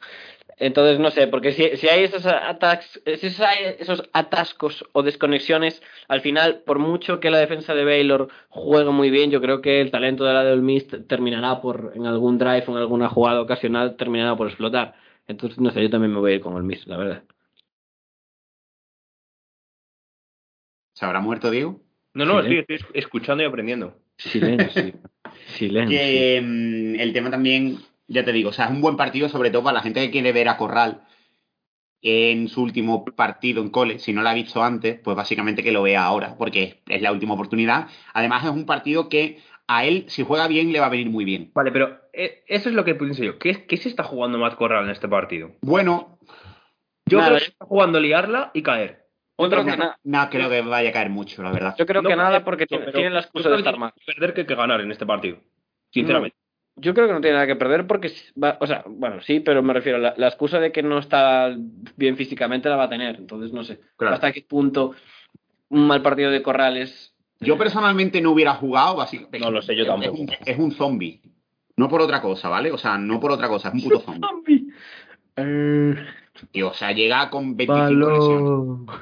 Entonces, no sé, porque si, si hay esos, ataques, si esos- hay esos atascos o desconexiones, al final, por mucho que la defensa de Baylor juegue muy bien, yo creo que el talento de la de Ole Miss terminará por, en algún drive o en alguna jugada ocasional, terminará por explotar. Entonces, no sé, yo también me voy a ir con Ole Miss, la verdad.
¿Se habrá muerto Diego?
No, no,
Sí,
estoy, estoy escuchando y aprendiendo.
Silencio. Silencio.
eh,
em, que mm, el tema también, ya te digo, o sea, es un buen partido, sobre todo para la gente que quiere ver a Corral en su último partido en cole, si no lo ha visto antes, pues básicamente que lo vea ahora, porque es, es la última oportunidad. Además, es un partido que a él, si juega bien, le va a venir muy bien.
Vale, pero eh, eso es lo que pienso yo. ¿Qué, es- qué se está jugando Matt Corral en este partido?
Bueno,
Yo
Nada,
creo que
eh.
está jugando liarla y caer.
Yo creo
no,
que, na-
no creo que vaya a caer mucho, la verdad.
yo creo
No,
que nada porque
no,
tiene-
pero-
tiene la
yo
excusa
creo
de
que
estar mal.
tiene que Perder que, que ganar en este partido. Sinceramente.
Yo creo que no tiene nada que perder porque, s- va- o sea, bueno, sí, pero me refiero, la, la excusa de que no está bien físicamente la va a tener, entonces no sé
Claro.
hasta qué punto un mal partido de Corrales.
Yo personalmente no hubiera jugado, básicamente.
No lo sé, yo
Es-
tampoco.
Es un, es un zombie. No por otra cosa, ¿vale? O sea, no por otra cosa, es un puto zombie.
Eh,
Y, o sea, llega con 25 lesiones.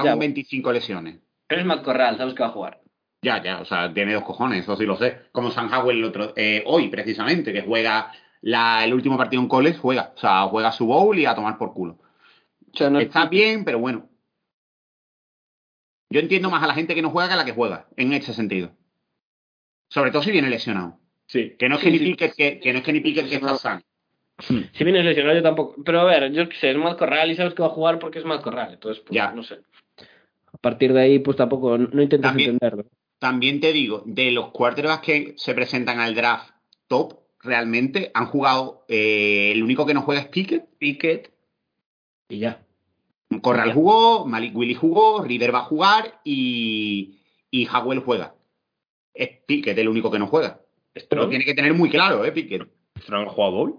Ya,
con
bueno.
25 lesiones.
pero es Matt Corral, sabes que va a jugar.
Ya, ya, o sea, tiene dos cojones, eso sí lo sé. Como San Howell el otro, eh, hoy, precisamente, que juega la- el último partido en college, juega. O sea, juega su bowl y a tomar por culo.
O sea, no es-
Está bien, pero bueno. Yo entiendo más a la gente que no juega que a la que juega, en ese sentido. Sobre todo si viene lesionado.
Sí.
Que no es
Sí,
Kenny
sí.
Pickett que, que no es Kenny Pickett que está sano.
si vienes lesionado yo tampoco, pero a ver, yo qué sé, es Matt Corral y sabes que va a jugar porque es Matt Corral, entonces pues,
Ya.
no sé. A partir de ahí pues tampoco no intentas
También-
entenderlo.
También te digo, de los quarterbacks que se presentan al draft top, realmente han jugado. eh, el único que no juega es Pickett.
Pickett.
Y ya.
Corral
Ya.
jugó, Malik Willy jugó, River va a jugar y, y Howell juega. Es Pickett el único que no juega. Esto lo
Strong.
tiene que tener muy claro, ¿eh, Pickett?
Strong juega bowl.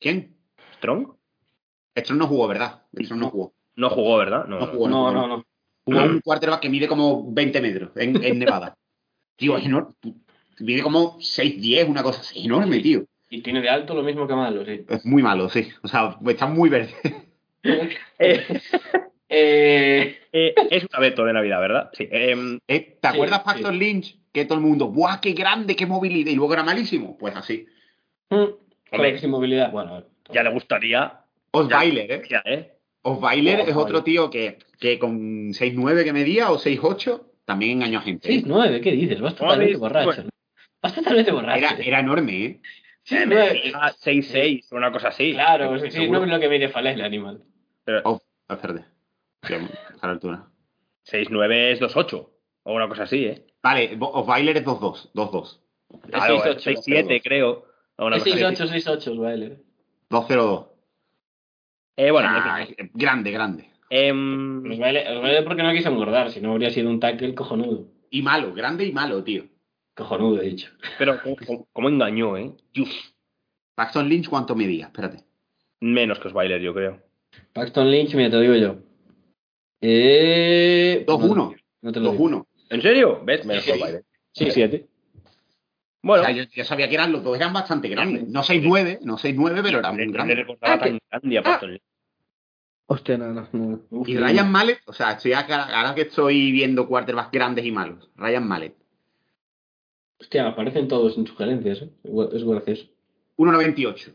¿Quién?
Strong.
Strong no jugó, ¿verdad? Strong no jugó.
No jugó, ¿verdad? No,
No
no.
jugó,
No,
jugó.
no, no.
Jugó un quarterback que mide como 20 metros en, en Nevada. tío, es enorme. Mide como 6'10, una cosa así. Enorme, tío.
Y tiene de alto lo mismo que malo, sí.
Es muy malo, sí. O sea, está muy verde.
Eh,
Eh,
eh, es un abeto de Navidad, ¿verdad? Sí. em,
Eh, ¿Te
Sí,
acuerdas,
sí.
Factor Lynch? Que todo el mundo, ¡buah, qué grande, qué movilidad! Y luego era malísimo. Pues así.
Hombre, sin hmm, movilidad. Bueno,
ya le gustaría.
Osweiler, ¿eh?
Ya, ¿eh?
Osweiler
Osweiler.
es otro tío que, que con 6'9 que medía o 6'8 también engañó a gente. ¿eh?
6-9, ¿qué dices? Vas totalmente
Joder,
borracho.
bueno.
¿no? Vas totalmente borracho.
Era, era enorme, ¿eh?
Eh,
6'9.
ah, 6-6 o una cosa así.
Claro, sí, sí,
Seguro.
no es lo que mide Falés el animal.
Oh, espérate. Sí, a la altura.
6-9 es 2-8 o una cosa así, ¿eh?
Vale, Bo- Osweiler es 2'2, 2'2.
Claro,
es 6'8.
6-7 ¿eh? creo. O una
Es
cosa así.
6'8, 6'8 el baile.
2'02.
Eh, bueno, en
Ah,
fin.
eh, grande, grande.
Em,
El baile, el baile porque no quiso engordar, si no habría sido un tackle cojonudo.
Y malo, grande y malo, tío.
Cojonudo, he dicho.
pero ¿cómo- cómo, cómo engañó, eh? Yuf,
Paxton Lynch, ¿cuánto medía? Espérate.
menos que Osweiler, yo creo.
Paxton Lynch, mira, te lo digo yo. Eh...
2'1,
No te lo digo.
2'1.
¿En serio? ¿Ves? Menos
Sí,
que
sí.
Osweiler.
6'7.
O
Bueno,
sea, yo, yo sabía que eran los dos eran bastante grandes. No 6'9, no 6'9, pero eran
le- le
muy grandes.
recordaba
Ah, que-
tan grande a Paxton Lynch.
Hostia, este no, no. no. Uf,
Y
no.
Ryan Mallet, o sea, estoy acá- ahora que estoy viendo quarterbacks grandes y malos. Ryan Mallet.
Hostia, aparecen todos en sugerencias, ¿eh? Es gracioso.
1.98.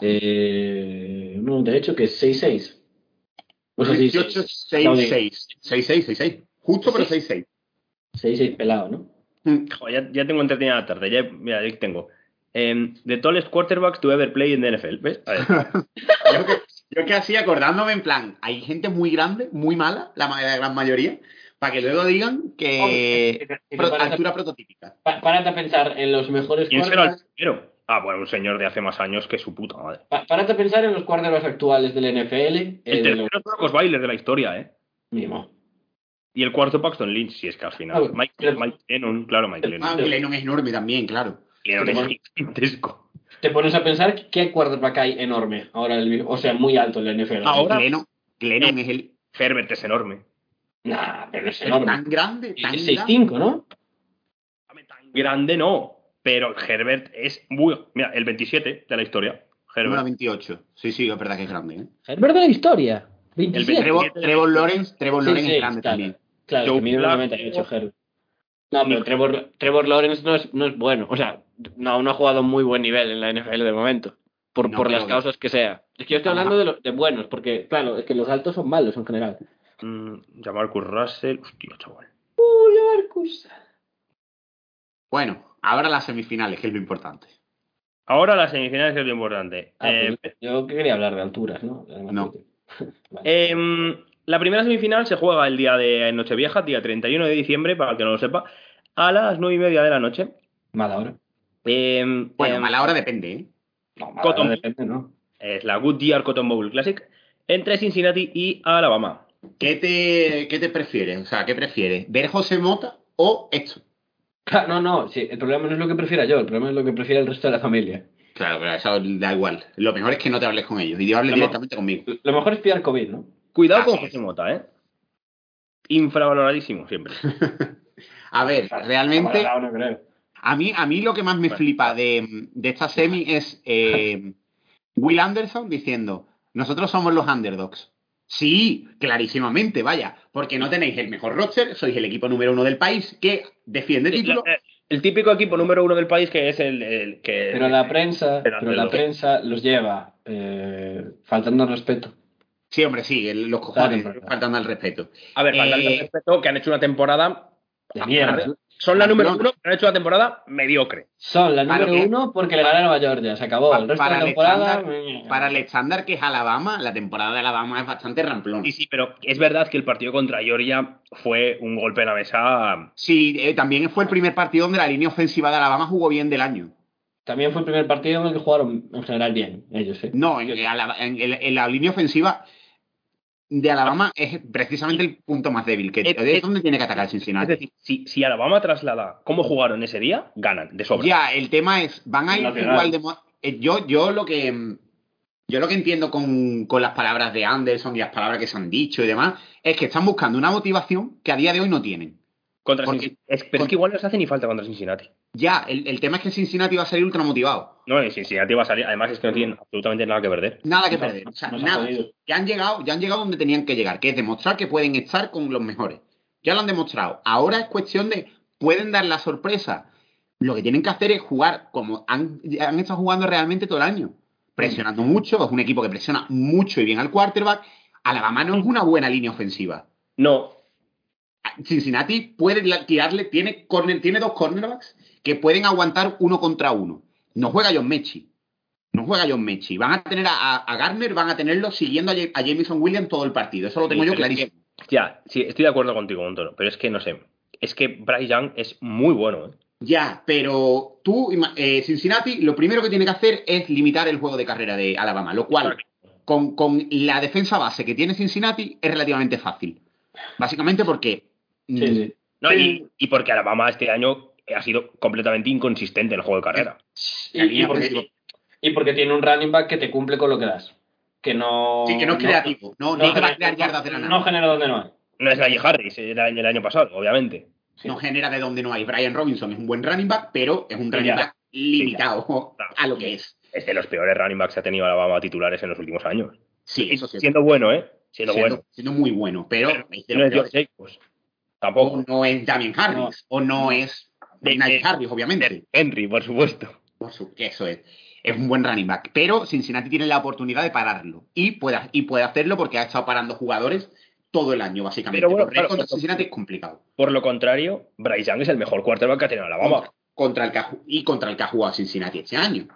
Eh, un 98 que es Pues 6-6. O sea,
18,
6-6.
6'6. 6'6, 6'6. Justo, pero 6'6.
6-6 pelado, ¿no?
Mm.
Joder, ya, ya tengo entretenida la tarde. Ya, mira, ahí tengo. Em, the tallest quarterbacks to ever play in the NFL. ¿Ves? A ver.
Yo que, yo que así acordándome, en plan, hay gente muy grande, muy mala, la, ma- la gran mayoría, para que luego digan
Eh,
que pro- altura prototípica.
Pa- Párate a pensar en los mejores
¿Quién será el
quarterbacks.
primero? Ah, bueno, un señor de hace más años que su puta madre.
pa- Párate a pensar en los quarterbacks actuales del NFL. eh,
El
de los
tercero fue Osweiler de la historia, ¿eh?
mismos.
Y el cuarto Paxton Lynch, si es que al
Ah,
final.
bueno,
Mike,
claro.
Mike Lennon, claro, Mike
Ah,
Lennon.
que Lennon es enorme también, claro.
Lennon
bueno.
es gigantesco.
Te pones a pensar qué quarterback hay enorme ahora, el- o sea, muy alto en la NFL.
Ahora-
Lennon, Lennon es el
Herbert es enorme.
Nah, pero es
es tan
enorme.
grande, tan
Es
grande.
6-5, ¿no?
Grande no, pero Herbert es muy... Mira, el 27 de la historia. Herbert.
1.98. Sí, sí, es verdad que es grande. ¿eh?
Es verdad la historia. 27.
Trevor, Trevor Lawrence, Trevor
Sí,
Lawrence
sí,
es grande
claro.
también.
Claro,
Joe
que mide
Flacco.
98
oh.
Herb. No, pero Trevor, Trevor Lawrence no es, no es bueno. O sea, no, no ha jugado muy buen nivel en la NFL de momento. Por,
No,
por
pero
las
que-
causas que sea. Es que yo estoy
Ajá.
hablando de, los de buenos, porque, claro, es que los altos son malos en general.
Mm, Jamarcus Russell. Hostia, chaval.
Bueno, ahora las semifinales, que es lo importante.
Ahora las semifinales que es lo importante.
Ah,
Eh,
pues,
pues, yo quería hablar de alturas, ¿no? Además,
No.
que-
Em, la primera semifinal se juega el día de Nochevieja, día 31 de diciembre, para el que no lo sepa, a las 9 y media de la noche.
Mala hora.
Em,
Bueno,
em,
mala hora depende, ¿eh?
No, mala
Cotton.
hora depende, ¿no?
Es la Goodyear Cotton Bowl Classic entre Cincinnati y Alabama.
¿Qué te, ¿Qué te prefieres? O sea, ¿qué prefieres? ¿Ver José Mota o esto?
Claro, No, no, sí, el problema no es lo que prefiera yo, el problema es lo que prefiera el resto de la familia.
Claro, pero eso da igual. Lo mejor es que no te hables con ellos y hables
Vamos.
directamente conmigo.
Lo mejor es pillar COVID, ¿no?
Cuidado con
Así es.
José Mota, ¿eh? Infravaloradísimo siempre.
A ver, realmente.
Valorado, no creo.
A mí, a mí lo que más me flipa de, de esta semi es eh, Will Anderson diciendo, nosotros somos los underdogs. Sí, clarísimamente, vaya, porque no tenéis el mejor roster, sois el equipo número uno del país que defiende título.
Eh, El típico equipo número uno del país que es el, el
Eh,
que.
Pero la prensa,
Pero
pero la
los-
prensa los lleva eh, faltando al respeto.
Sí, hombre, sí, el- los
Claro,
cojones,
claro, claro.
faltando al respeto.
A ver, falta
Eh,
respeto, que han hecho una temporada.
De mierda.
Son la número
Perdón.
uno, pero han hecho una temporada mediocre.
Son la
Para
número
que-
uno porque le ganaron a Georgia, se acabó.
Pa-
el resto de
para
la
el
temporada.
estándar- Para el estándar que es Alabama, la temporada de Alabama es bastante ramplona.
Sí, sí, pero es verdad que el partido contra Georgia fue un golpe en la mesa.
Sí, eh, también fue el primer partido donde la línea ofensiva de Alabama jugó bien del año.
También fue el primer partido en el que jugaron en general bien, ellos, sí.
No, en, en Alaba- en- en- en la línea ofensiva de Alabama es precisamente el punto más débil. Que,
Es-
es
es-
donde tiene que atacar
Es
Cincinnati.
decir, si, si Alabama traslada cómo jugaron ese día, ganan de sobra.
Ya, el tema es, van a ir
Lateral.
igual de... mo- eh, Yo, yo lo que... mm, Yo lo que entiendo con, con las palabras de Anderson y las palabras que se han dicho y demás, es que están buscando una motivación que a día de hoy no tienen.
Contra
Porque-
Cincinnati. Es- pero es que igual no se hace ni falta contra Cincinnati.
Ya, el, el tema es que Cincinnati va a salir ultra motivado.
No, y Cincinnati va a salir. Además, es que no tienen absolutamente nada que perder.
Nada que
Nos ha-
perder. O sea,
nos ha
nada.
jodido.
Ya han llegado, ya han llegado donde tenían que llegar, que es demostrar que pueden estar con los mejores. Ya lo han demostrado. Ahora es cuestión de pueden dar la sorpresa. Lo que tienen que hacer es jugar como han, han estado jugando realmente todo el año. Presionando mucho, es un equipo que presiona mucho y bien al quarterback. Alabama no es una buena línea ofensiva.
No,
Ah, Cincinnati puede la- tirarle, tiene, corner- tiene dos cornerbacks que pueden aguantar uno contra uno. No juega John Mechi. No juega John Mechi. Van a tener a, a- a Garner, van a tenerlo siguiendo a, Ja- a Jameson Williams todo el partido. Eso lo tengo
Sí,
yo
pero es
clarísimo.
ya, sí, estoy de acuerdo contigo, Montoro. Pero es que no sé. Es que Bryce Young es muy bueno. ¿eh?
Ya, pero tú, ima- eh, Cincinnati, lo primero que tiene que hacer es limitar el juego de carrera de Alabama, lo cual, con, con la defensa base que tiene Cincinnati, es relativamente fácil. Básicamente porque mm,
Sí, sí.
No, y, y porque Alabama este año ha sido completamente inconsistente en el juego de carrera.
Y, y porque, y porque tiene un running back que te cumple con lo que das. Que no.
Sí, que no es creativo. No, no, te va a
genera-
crear yardas de la nada.
No genera donde no hay.
No es Najee Harris eh, del año, del año pasado, obviamente.
Sí.
No genera de donde no hay. Brian Robinson es un buen running back, pero es un
Sí,
running
ya.
back limitado
ya.
a lo que es.
Es de los peores running backs que ha tenido Alabama titulares en los últimos años.
Sí, eso sí.
Siendo bueno, ¿eh? Siendo,
Siendo,
bueno.
siendo muy bueno, pero es de
No
los
es George
peores.
Jacobs.
o
Tampoco.
no es Damien Harris, o no es
De-
Najee
de-
Harris, obviamente.
Henry, por supuesto.
Por su- Eso es. Es un buen running back. Pero Cincinnati tiene la oportunidad de pararlo. Y puede, y puede hacerlo porque ha estado parando jugadores todo el año, básicamente.
Pero bueno,
Correr
claro,
contra
pero-
Cincinnati es complicado.
Por lo contrario, Bryce Young es el mejor quarterback que ha tenido Alabama.
Contra, contra el que ha ju- y contra el que ha jugado Cincinnati este año.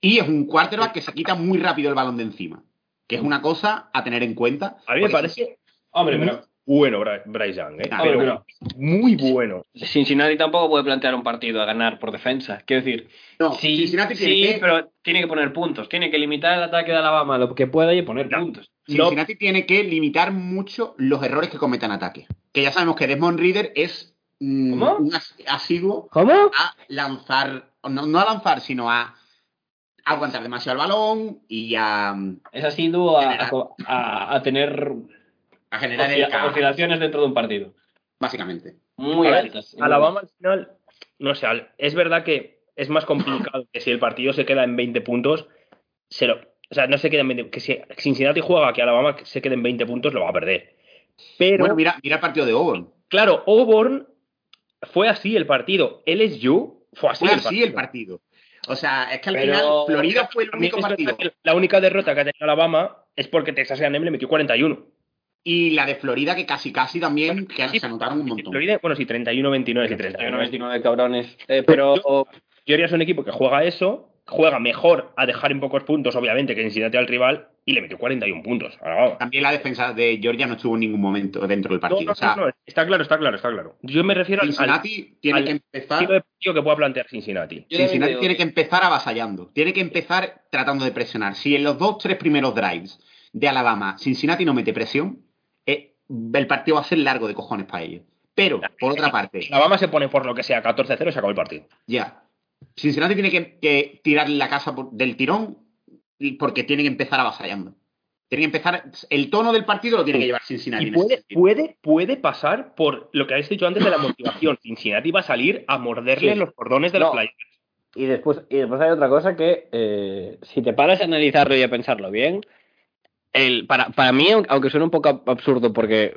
Y es un quarterback que se quita muy rápido el balón de encima. Que es una cosa a tener en cuenta.
A mí me
porque
parece
Hombre, pero.
bueno Bra- Bryce Young, ¿eh?
Mm. Ah,
hombre,
Pero
pero-
muy bueno.
Cincinnati tampoco puede plantear un partido a ganar por defensa. Quiero decir,
No,
sí,
Cincinnati
sí,
tiene que-
pero tiene que poner puntos. Tiene que limitar el ataque de Alabama lo que pueda y poner puntos.
Cincinnati tiene que limitar mucho los errores que cometan ataques. Que ya sabemos que Desmond Reader es mm,
¿Cómo?
un as- asiduo
¿Cómo?
a lanzar, no, no a lanzar, sino a aguantar demasiado el balón y a,
Es así dúo a, a co- a- a tener
a generar el
oscila-
caos,
oscilaciones dentro de un partido.
básicamente.
Muy
A ver,
altas.
Alabama al final, no sé, al- es verdad que es más complicado que si el partido se queda en 20 puntos, se lo- o sea, no se queda en 20, que si Cincinnati juega que Alabama se quede en 20 puntos, lo va a perder. Pero,
bueno, mira, mira el partido de Auburn.
claro, Auburn fue así el partido. LSU fue así
Fue
el
así
partido.
el partido. O sea, es que al
Pero-
final Florida fue el
También
único
es verdad
partido.
que La única derrota que ha tenido Alabama es porque Texas A&M le metió 41.
Y la de Florida que casi casi también que
Sí,
se anotaron un montón.
Florida, bueno, sí, 31-29. sí,
31
31-29.
29 cabrones. Eh, pero
Yo- Georgia es un equipo que juega eso juega mejor a dejar en pocos puntos, obviamente, que Cincinnati al rival y le metió 41 puntos. Ahora vamos.
También la defensa de Georgia no estuvo en ningún momento dentro del
No,
partido.
no,
o sea,
no, no, está claro, está claro, está claro. Yo me refiero al- al,
Cincinnati tiene
al-
que empezar.
estilo de partido que pueda plantear Cincinnati.
Yo también
Cincinnati
digo-
tiene que empezar avasallando, tiene que empezar tratando de presionar. Si en los dos, tres primeros drives de Alabama Cincinnati no mete presión, eh, el partido va a ser largo de cojones para ellos. Pero, por otra parte,
Alabama se pone por lo que sea 14-0 y se acabó el partido.
ya, Cincinnati tiene que, que tirar la casa por- del tirón y- porque tiene que empezar avasallando. Tiene que empezar, el tono del partido lo tiene que llevar Cincinnati.
Y
en ese
puede,
sentido.
puede, puede pasar por lo que habéis dicho antes de la motivación. Cincinnati va a salir a morderle
Sí.
los cordones de la
No.
playa.
Y después, y después hay otra cosa que, eh, si te paras a analizarlo y a pensarlo bien, el, para, para mí, aunque suene un poco ab- absurdo, porque,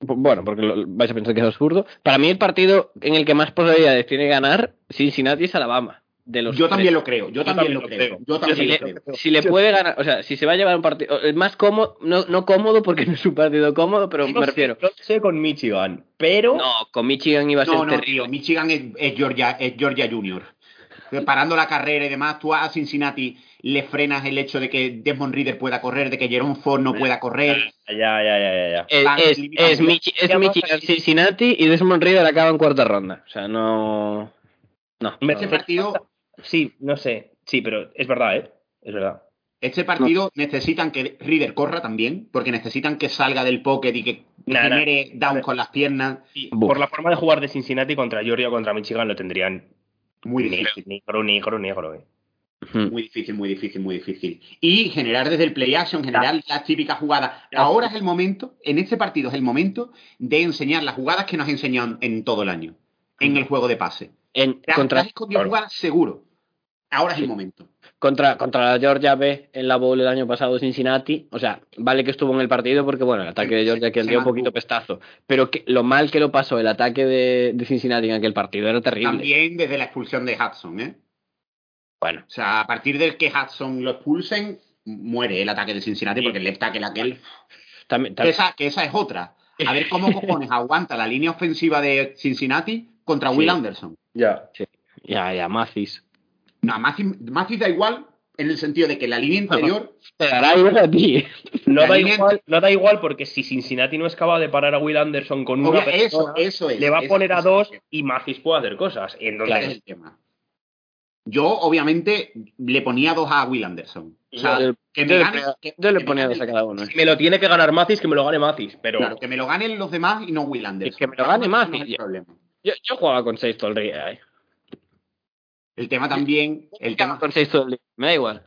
bueno, porque lo- vais a pensar que es absurdo, para mí el partido en el que más posibilidades tiene de ganar Cincinnati es Alabama. De los
Yo
tres.
también lo creo, yo, también, lo creo. Yo también
Si
lo
le,
creo.
si le puede ganar, o sea, si se va a llevar un partido, el más cómodo, no, no cómodo porque no es un partido cómodo, pero me refiero.
No sé con Michigan, pero
No, con Michigan iba a ser
No, no,
terrible.
tío. Michigan es, es Georgia, es Georgia Junior. Parando la carrera y demás, tú a Cincinnati le frenas el hecho de que Desmond Reader pueda correr, de que Jerome Ford no pueda correr.
ya, ya, ya, ya, ya.
Es,
Van
Eh, es,
Cleveland.
es, Michi- es
Llama-
Michigan, Cincinnati y Desmond Reader acaba en cuarta ronda. O sea, no. No.
Me-
Este
me-
partido,
Sí, no sé. Sí, pero es verdad, ¿eh? Es verdad.
este partido necesitan que Reader corra también, porque necesitan que salga del pocket y que
Nah, nah.
genere down con las piernas.
Y
Buf.
por la forma de jugar de Cincinnati contra Georgia o contra Michigan lo tendrían
Muy difícil,
negro, negro, negro. eh.
Ujú.
muy difícil, muy difícil, muy difícil. Y generar desde el play action, generar las típicas jugadas. Ahora es el momento, en este partido es el momento de enseñar las jugadas que nos has enseñado en todo el año, en el juego de pase.
En-
Te has- te
contra,
has escondido
claro.
jugar seguro. Ahora es el momento.
contra, contra la Georgia B en la Bowl el año pasado, Cincinnati. O sea, vale que estuvo en el partido porque, bueno, el ataque de Georgia que
Se
dio un
mantuvo.
poquito pestazo. Pero que, lo mal que lo pasó el ataque de, de Cincinnati en aquel partido era terrible.
También desde la expulsión de Hudson, ¿eh?
Bueno,
O sea, a partir del que Hudson lo expulsen, muere el ataque de Cincinnati porque el left tackle aquel.
también.
Que
también-
esa, que esa es otra. A ver cómo cojones aguanta la línea ofensiva de Cincinnati contra
Sí.
Will Anderson.
Ya.
ya, ya, Macis.
No, Mathis, Mathis da igual en el sentido de que la línea interior.
Te dará igual a ti.
No
Pues La
da,
línea-
igual, no da igual porque si Cincinnati no es capaz de parar a Will Anderson con una
Obvia-
persona,
eso, eso es.
le va a
eso
poner a
es.
dos y Macis puede hacer cosas. Entonces,
Claro.
Ese es el tema. Yo, obviamente, le ponía dos a Will Anderson. O sea,
Yo le-
que
yo
me
le
gane-
ponía-
que-
yo le
que me
ponía
gane-
dos a cada uno. ¿eh.
si me lo tiene que ganar Macis, que me lo gane Macis. Pero
Claro, que me lo ganen los demás y no Will Anderson.
Es que me lo gane más,
No es el
y-
problema.
Yo, yo jugaba con 6 todo el día. eh.
El tema también, el tema,
con seis todo el día. Me da igual.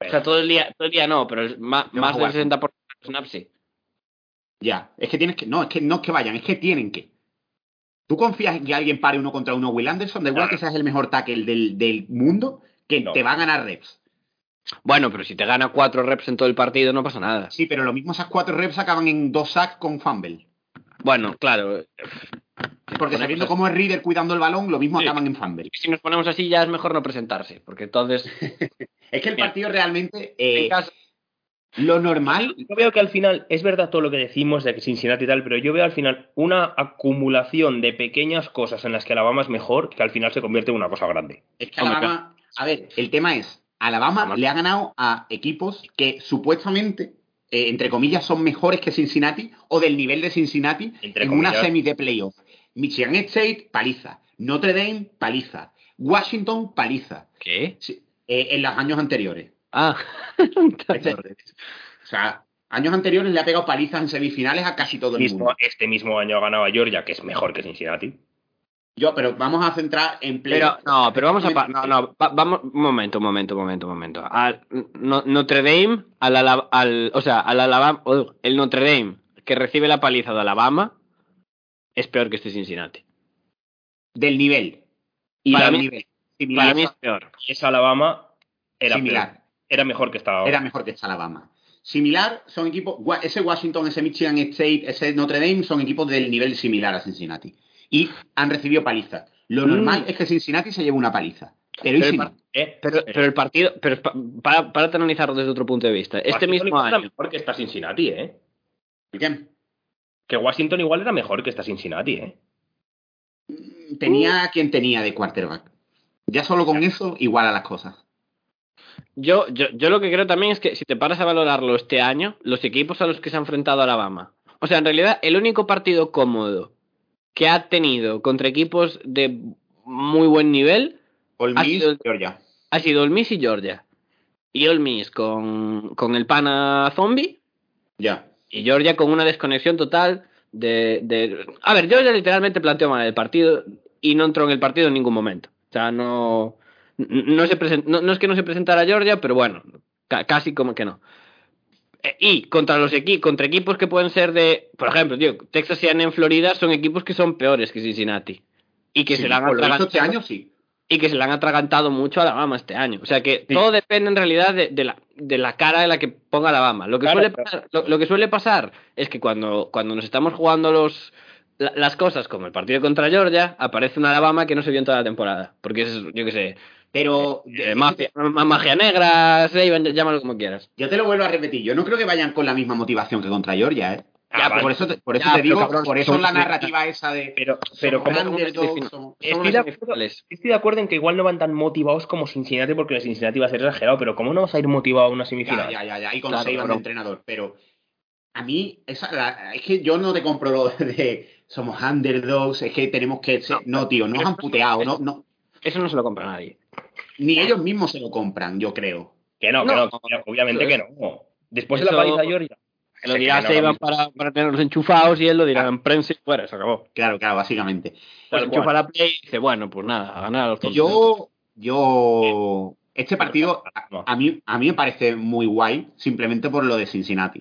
O sea, todo el día, todo el día no, pero el ma-
Yo
más
jugar.
del 60% de snaps sí.
ya, es que tienes que, no, es que no es que vayan, es que tienen que. ¿Tú confías en que alguien pare uno contra uno Will Anderson? Da igual que seas el mejor tackle del, del mundo, que
No.
te va a ganar reps.
Bueno, pero si te gana 4 reps en todo el partido no pasa nada.
Sí, pero lo mismo esas cuatro reps acaban en dos sacks con fumble.
Bueno, claro. eh,
Porque
Bueno,
sabiendo
pues-
cómo es Reader cuidando el balón, lo mismo
Sí.
acaban en fumble.
Si nos ponemos así ya es mejor no presentarse, porque entonces
Es que el
Mira.
partido realmente, eh,
en casa-
lo normal,
yo veo que al final es verdad todo lo que decimos de que Cincinnati y tal, pero yo veo al final una acumulación de pequeñas cosas en las que Alabama es mejor que al final se convierte en una cosa grande.
Es que
Hombre,
Alabama, a ver, el tema es, Alabama
Alabama.
le ha ganado a equipos que supuestamente, eh, entre comillas, son mejores que Cincinnati o del nivel de Cincinnati
Entre
en
comillas.
una semi de playoff. Michigan State, paliza. Notre Dame, paliza. Washington, paliza.
¿Qué?
Sí, eh, en los años anteriores.
Ah.
Este- o sea, años anteriores le ha pegado palizas en semifinales a casi todo el
Mismo-
mundo.
este mismo año ganaba Georgia, que es mejor que Cincinnati.
Yo, pero vamos a centrar en
Pero
playoff.
no, pero vamos a pa- no, no, va- vamos un momento, un momento, un momento, un momento. Al no- Notre Dame al, Ala- al o sea, al Alabama, oh, el Notre Dame que recibe la paliza de Alabama es peor que este Cincinnati.
del nivel.
Y
para
para
el
mí,
nivel. Similar,
para mí es peor.
Y esa Alabama era,
similar.
peor. era mejor que estaba.
era mejor que esta Alabama. Similar, son equipos, Wa- ese Washington, ese Michigan State, ese Notre Dame son equipos del nivel similar a Cincinnati. Y han recibido palizas. Lo normal es que Cincinnati se lleve una paliza. Pero,
Mm. Pero
¿y si
el este
no?
¿eh?
Pero, pero el partido, pero pa- para, para analizarlo desde otro punto de vista, este
Washington
mismo
igual era
año,
mejor que está Cincinnati, ¿eh?
¿Por qué?
Que Washington igual era mejor que está Cincinnati, ¿eh?
Uh.
tenía a quien tenía de quarterback. Ya solo con eso iguala las cosas.
Yo, yo, yo lo que creo también es que si te paras a valorarlo este año, los equipos a los que se ha enfrentado Alabama. O sea, en realidad, el único partido cómodo que ha tenido contra equipol de muy buen nivel
Ole
ha
Miss,
sido el-
Georgia.
ha sido Ole Miss y Georgia. Y Ole Miss con, con el pana zombie
Ya.
y Georgia con una desconexión total de, de- A ver, Georgia literalmente planteó mal el partido y no entró en el partido en ningún momento. O sea, no... No, se presen- no, no es que no se presentara Georgia, pero bueno, ca- casi como que no. Eh, Y contra los equi- contra equipos que pueden ser de, por ejemplo, tío, Texas y en Florida son equipos que son peores que Cincinnati y que
Sí,
se la han
por lo visto este
atragantado-
año sí.
y que se la han atragantado mucho a Alabama este año. O sea que
Sí.
todo depende en realidad de, de la, de la cara de la que ponga Alabama. Lo que,
Claro,
suele,
claro.
pasar, lo, lo que suele pasar es que cuando, cuando nos estamos jugando los, la- las cosas, como el partido contra Georgia, aparece un Alabama que no se vio en toda la temporada. Porque es, yo qué sé,
Pero
eh, mafia, ma- magia negra, Saban, llámalo como quieras.
yo te lo vuelvo a repetir. Yo no creo que vayan con la misma motivación que contra Georgia, ¿eh?
Ah,
por
vale.
eso te, por eso
Ya,
te
pero
digo,
cabrón,
por eso
son-
la narrativa esa de
Pero, pero
somos
como
grandes,
underdogs, somos-
Estoy
Son
de
unas
acuerdo.
semifinales.
Estoy de acuerdo en que igual no van tan motivados como Cincinnati, porque la Cincinnati va a ser exagerado, pero ¿cómo no vas a ir motivado a una
Ya,
semifinal?
ya, ya, ya. Y con
Claro,
Saban de
cabrón.
entrenador. Pero a mí, esa, la- es que yo no te compro lo de somos underdogs, es que tenemos que. ser- No, tío, nos han puteado, no, no.
Eso no se lo compra nadie.
Ni ellos mismos se lo compran, yo creo.
Que no, que
No.
no, que obviamente
Eso
que no. Después de
Eso-
la paliza de Georgia.
Lo
Ese
dirá
que no,
Saban
vamos. Ah,
para, para tenerlos enchufados y él lo dirá en prensa y fuera, se acabó.
Claro, claro, básicamente.
Pues
Tal
enchufa
cual.
la play y dice, bueno, pues nada, a ganar a los tontos.
Yo, yo, este partido
Ah,
a, a mí, a mí me parece muy guay, simplemente por lo de Cincinnati.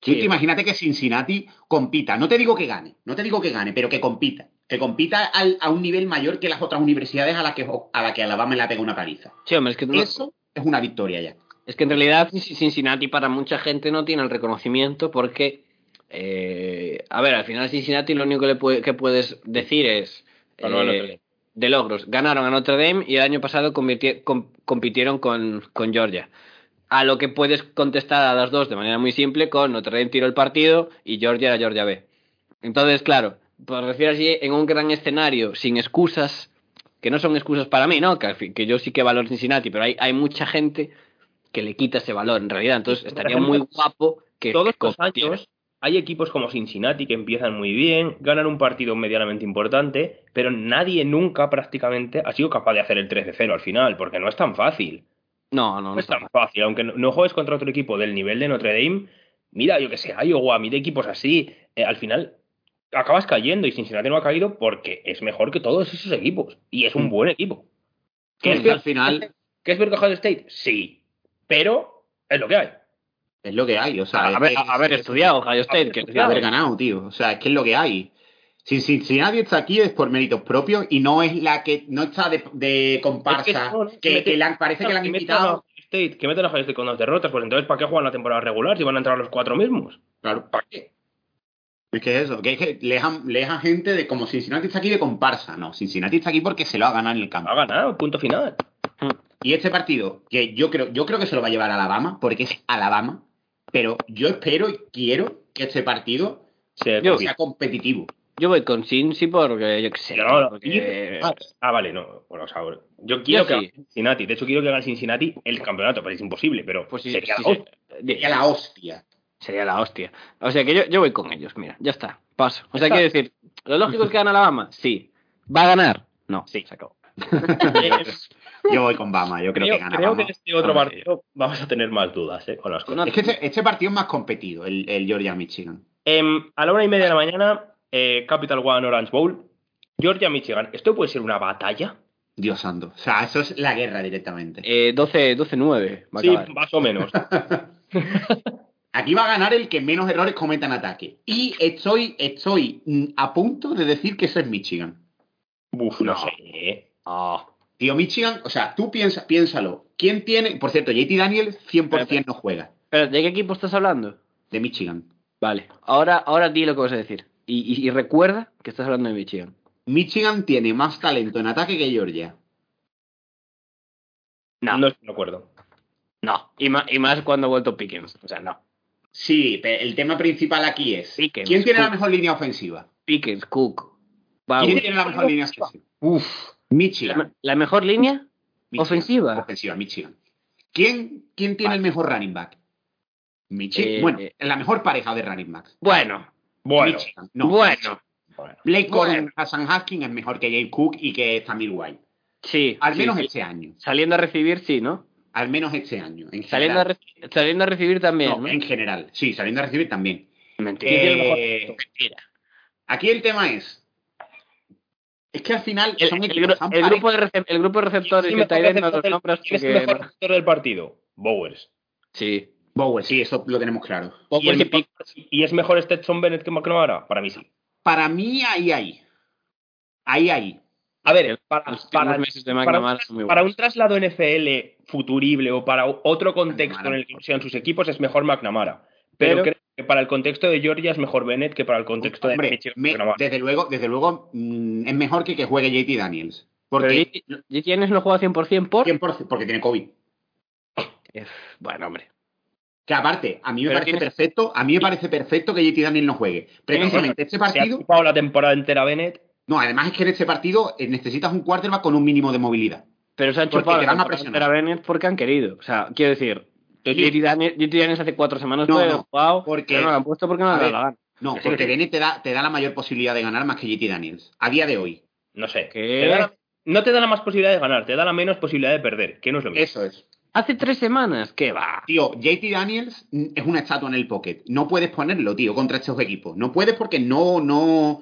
Tú
Sí.
te imagínate que Cincinnati compita, no te digo que gane, no te digo que gane, pero que compita, que compita al- a un nivel mayor que las otras universidades a las que, a la que Alabama le pega una paliza.
Sí, hombre, es que, no-
Eso es una victoria ya.
es que en realidad Cincinnati para mucha gente no tiene el reconocimiento porque, eh, a ver, al final Cincinnati lo único que, le puede- que puedes decir es
Ganó a
eh,
Notre Dame.
de logros. Ganaron a Notre Dame y el año pasado convirti- com- compitieron con, con Georgia. A lo que puedes contestar a las dos de manera muy simple con Notre Dame tiró el partido y Georgia era Georgia B. Entonces, claro, por decir así, en un gran escenario, sin excusas, que no son excusas para mí, ¿no? Que, al fin- que yo sí que valoro Cincinnati, pero hay, hay mucha gente que le quita ese valor en realidad. Entonces,
Por
estaría
ejemplo,
muy guapo que
Todos
que
los
compitieran.
años hay equipos como Cincinnati que empiezan muy bien, ganan un partido medianamente importante, pero nadie nunca prácticamente ha sido capaz de hacer el 3-0 al final, porque no es tan fácil.
No, no,
No
no.
es tan fácil, aunque no, no juegues contra otro equipo del nivel de Notre Dame, mira, yo que sé, Iowa, mira equipos así, eh, al final acabas cayendo y Cincinnati no ha caído porque es mejor que todos esos equipos y es un buen equipo. ¿Que es,
Es que al
peor,
final
que es peor que Ohio State? Sí, pero es lo que hay.
es lo que hay. O sea,
A,
es
ver,
que-
a, a ver, estudiado Ohio State, que
estudiado.
haber ganado, tío. O sea, es que es lo que hay. Si, si, si nadie está aquí es por méritos propios y no es la que no está de, de comparsa,
Es que no, no,
que,
meten-
que le han- parece que le han
metan a
invitado.
Ohio State, que metan a Ohio State con dos derrotas, pues entonces ¿para qué juegan la temporada regular si van a entrar los cuatro mismos?
Claro,
¿Para qué?
es que es eso, que es que le dejan, le dejan gente de como Cincinnati está aquí de comparsa, no, Cincinnati está aquí porque se lo ha ganado en el campo.
Ha ganado, punto final.
Y este partido, que yo creo, yo creo que se lo va a llevar Alabama, porque es Alabama, pero yo espero y quiero que este partido
Se
Yo-
confía.
sea competitivo.
Yo voy con Cincy porque yo qué sé.
Pero no, no,
porque-
yo- Ah, vale, no. Bueno, o sea, yo quiero
Yo
que
sí.
gane Cincinnati. De hecho, quiero que gane Cincinnati el campeonato, pero es imposible. Pero
Pues sí,
sería
sí,
la
sí.
hostia.
Sería la hostia.
Sería la hostia. O sea que yo, yo voy con ellos, mira, ya está, paso. O sea,
Está.
quiero decir, ¿lo lógico es que gana Alabama? Sí. ¿Va a ganar? No.
Sí. Eh,
se acabó.
Yo voy con Bama, yo creo,
creo,
que gana
creo
Bama.
que en este otro
Vamos,
partido vamos a tener más dudas eh, con las cosas.
No,
Es que este, este partido es más competido, el, el Georgia Michigan.
Em, a la una y media de la mañana, eh, Capital One Orange Bowl, Georgia-Michigan. ¿Esto puede ser una batalla?
Dios santo. O sea, eso es la guerra directamente.
Eh, 12 12-9 va a
Sí,
acabar.
más o menos.
Aquí va a ganar el que menos errores cometa en ataque. Y estoy, estoy mm, a punto de decir que eso es Michigan.
Uf, no,
No.
sé. eh.
Ah,
Tío, Michigan, o sea, tú piensa, piénsalo. ¿Quién tiene? Por cierto, JT Daniels 100% no juega.
Espera, ¿de qué equipo estás hablando?
De Michigan.
Vale, ahora, ahora di lo que vas a decir. Y, y- y recuerda que estás hablando de Michigan.
Michigan tiene más talento en ataque que Georgia.
No,
No
no.
estoy de acuerdo.
Y, ma- y más cuando ha vuelto Pickens. O sea, no.
Sí, pero el tema principal aquí es
Sí, que
¿quién
es
tiene la
cool.
mejor línea ofensiva?
Pickens, Cook, Bauer.
¿Quién tiene la mejor línea ofensiva? Uf, Michigan.
La, la mejor línea
Michigan.
ofensiva.
Ofensiva, Michigan. ¿Quién, quién tiene
Vale.
el mejor running back? Michi.
Eh,
bueno,
eh.
la mejor pareja de running backs.
Bueno,
Bueno,
Michigan, no.
bueno.
Blake Corum,
Bueno.
Hassan Haskins es mejor que James Cook y que Samir White.
Sí.
Al
sí,
menos
sí.
este año.
Saliendo a recibir, sí, ¿no?
Al menos este año. En
Saliendo a,
general.
re- saliendo a recibir también,
No,
¿no?
en general. Sí, saliendo a recibir también.
Mentira.
tiene el mejor
Eh,
punto?
Mentira.
aquí el tema es. Es que al final
El,
son
el
equipos
gru-
tan
el
parejos.
grupo de rece- el grupo de receptores
Sí,
que
mejor
está ahí dentro
receptor
los
del-
nombres.
¿Quién es el
porque-
mejor receptor del partido? Bowers.
Sí.
Bower, sí, eso lo tenemos claro.
¿Y,
Bowers
el
y
mejor- y es mejor Stetson Bennett que McNamara? Para mí sí.
Para mí, ahí, ahí. Ahí, ahí.
A ver, para,
Los
para-
últimos meses de
para un,
McNamara son muy
para un
buenos.
traslado NFL futurible o para otro contexto en
McNamara.
el que sean sus equipos es mejor McNamara. Pero,
Pero-
creo que para el contexto de Georgia es mejor Bennett que para el contexto de
Hombre,
Michigan
me-
McNamara.
desde luego, desde luego mm, es mejor que que juegue JT Daniels.
Pero
Porque,
G- GTNs no juega 100% por...
100% porque tiene COVID.
Eh, Bueno, hombre.
Que aparte, a mí me
Pero
parece
tienes-
perfecto, a mí me parece perfecto que JT Daniels no juegue. Precisamente este
Se ha
partido,
ocupado la temporada entera Bennett.
no, además es que en este partido eh, necesitas un quarterback con un mínimo de movilidad.
Pero se han
Porque
chupado
te
la
van a
temporada
presionar.
entera a Bennett porque han querido. O sea, quiero decir...
Sí.
JT Daniels, JT Daniels hace cuatro semanas
No,
puede haber
no,
jugado,
porque-
pero no lo han puesto porque no le
A
han dado
ver.
la gana.
No,
Sí,
porque
sí.
Bennett te da, te da la mayor posibilidad de ganar más que JT Daniels, a día de hoy.
No sé.
¿Qué?
Te da la- no te da la más posibilidad de ganar, te da la menos posibilidad de perder, que no es lo mismo.
Eso es.
Hace tres semanas, ¿qué va?
Tío, JT Daniels mm, es una estatua en el pocket. No puedes ponerlo, tío, contra estos equipos. No puedes porque no, no.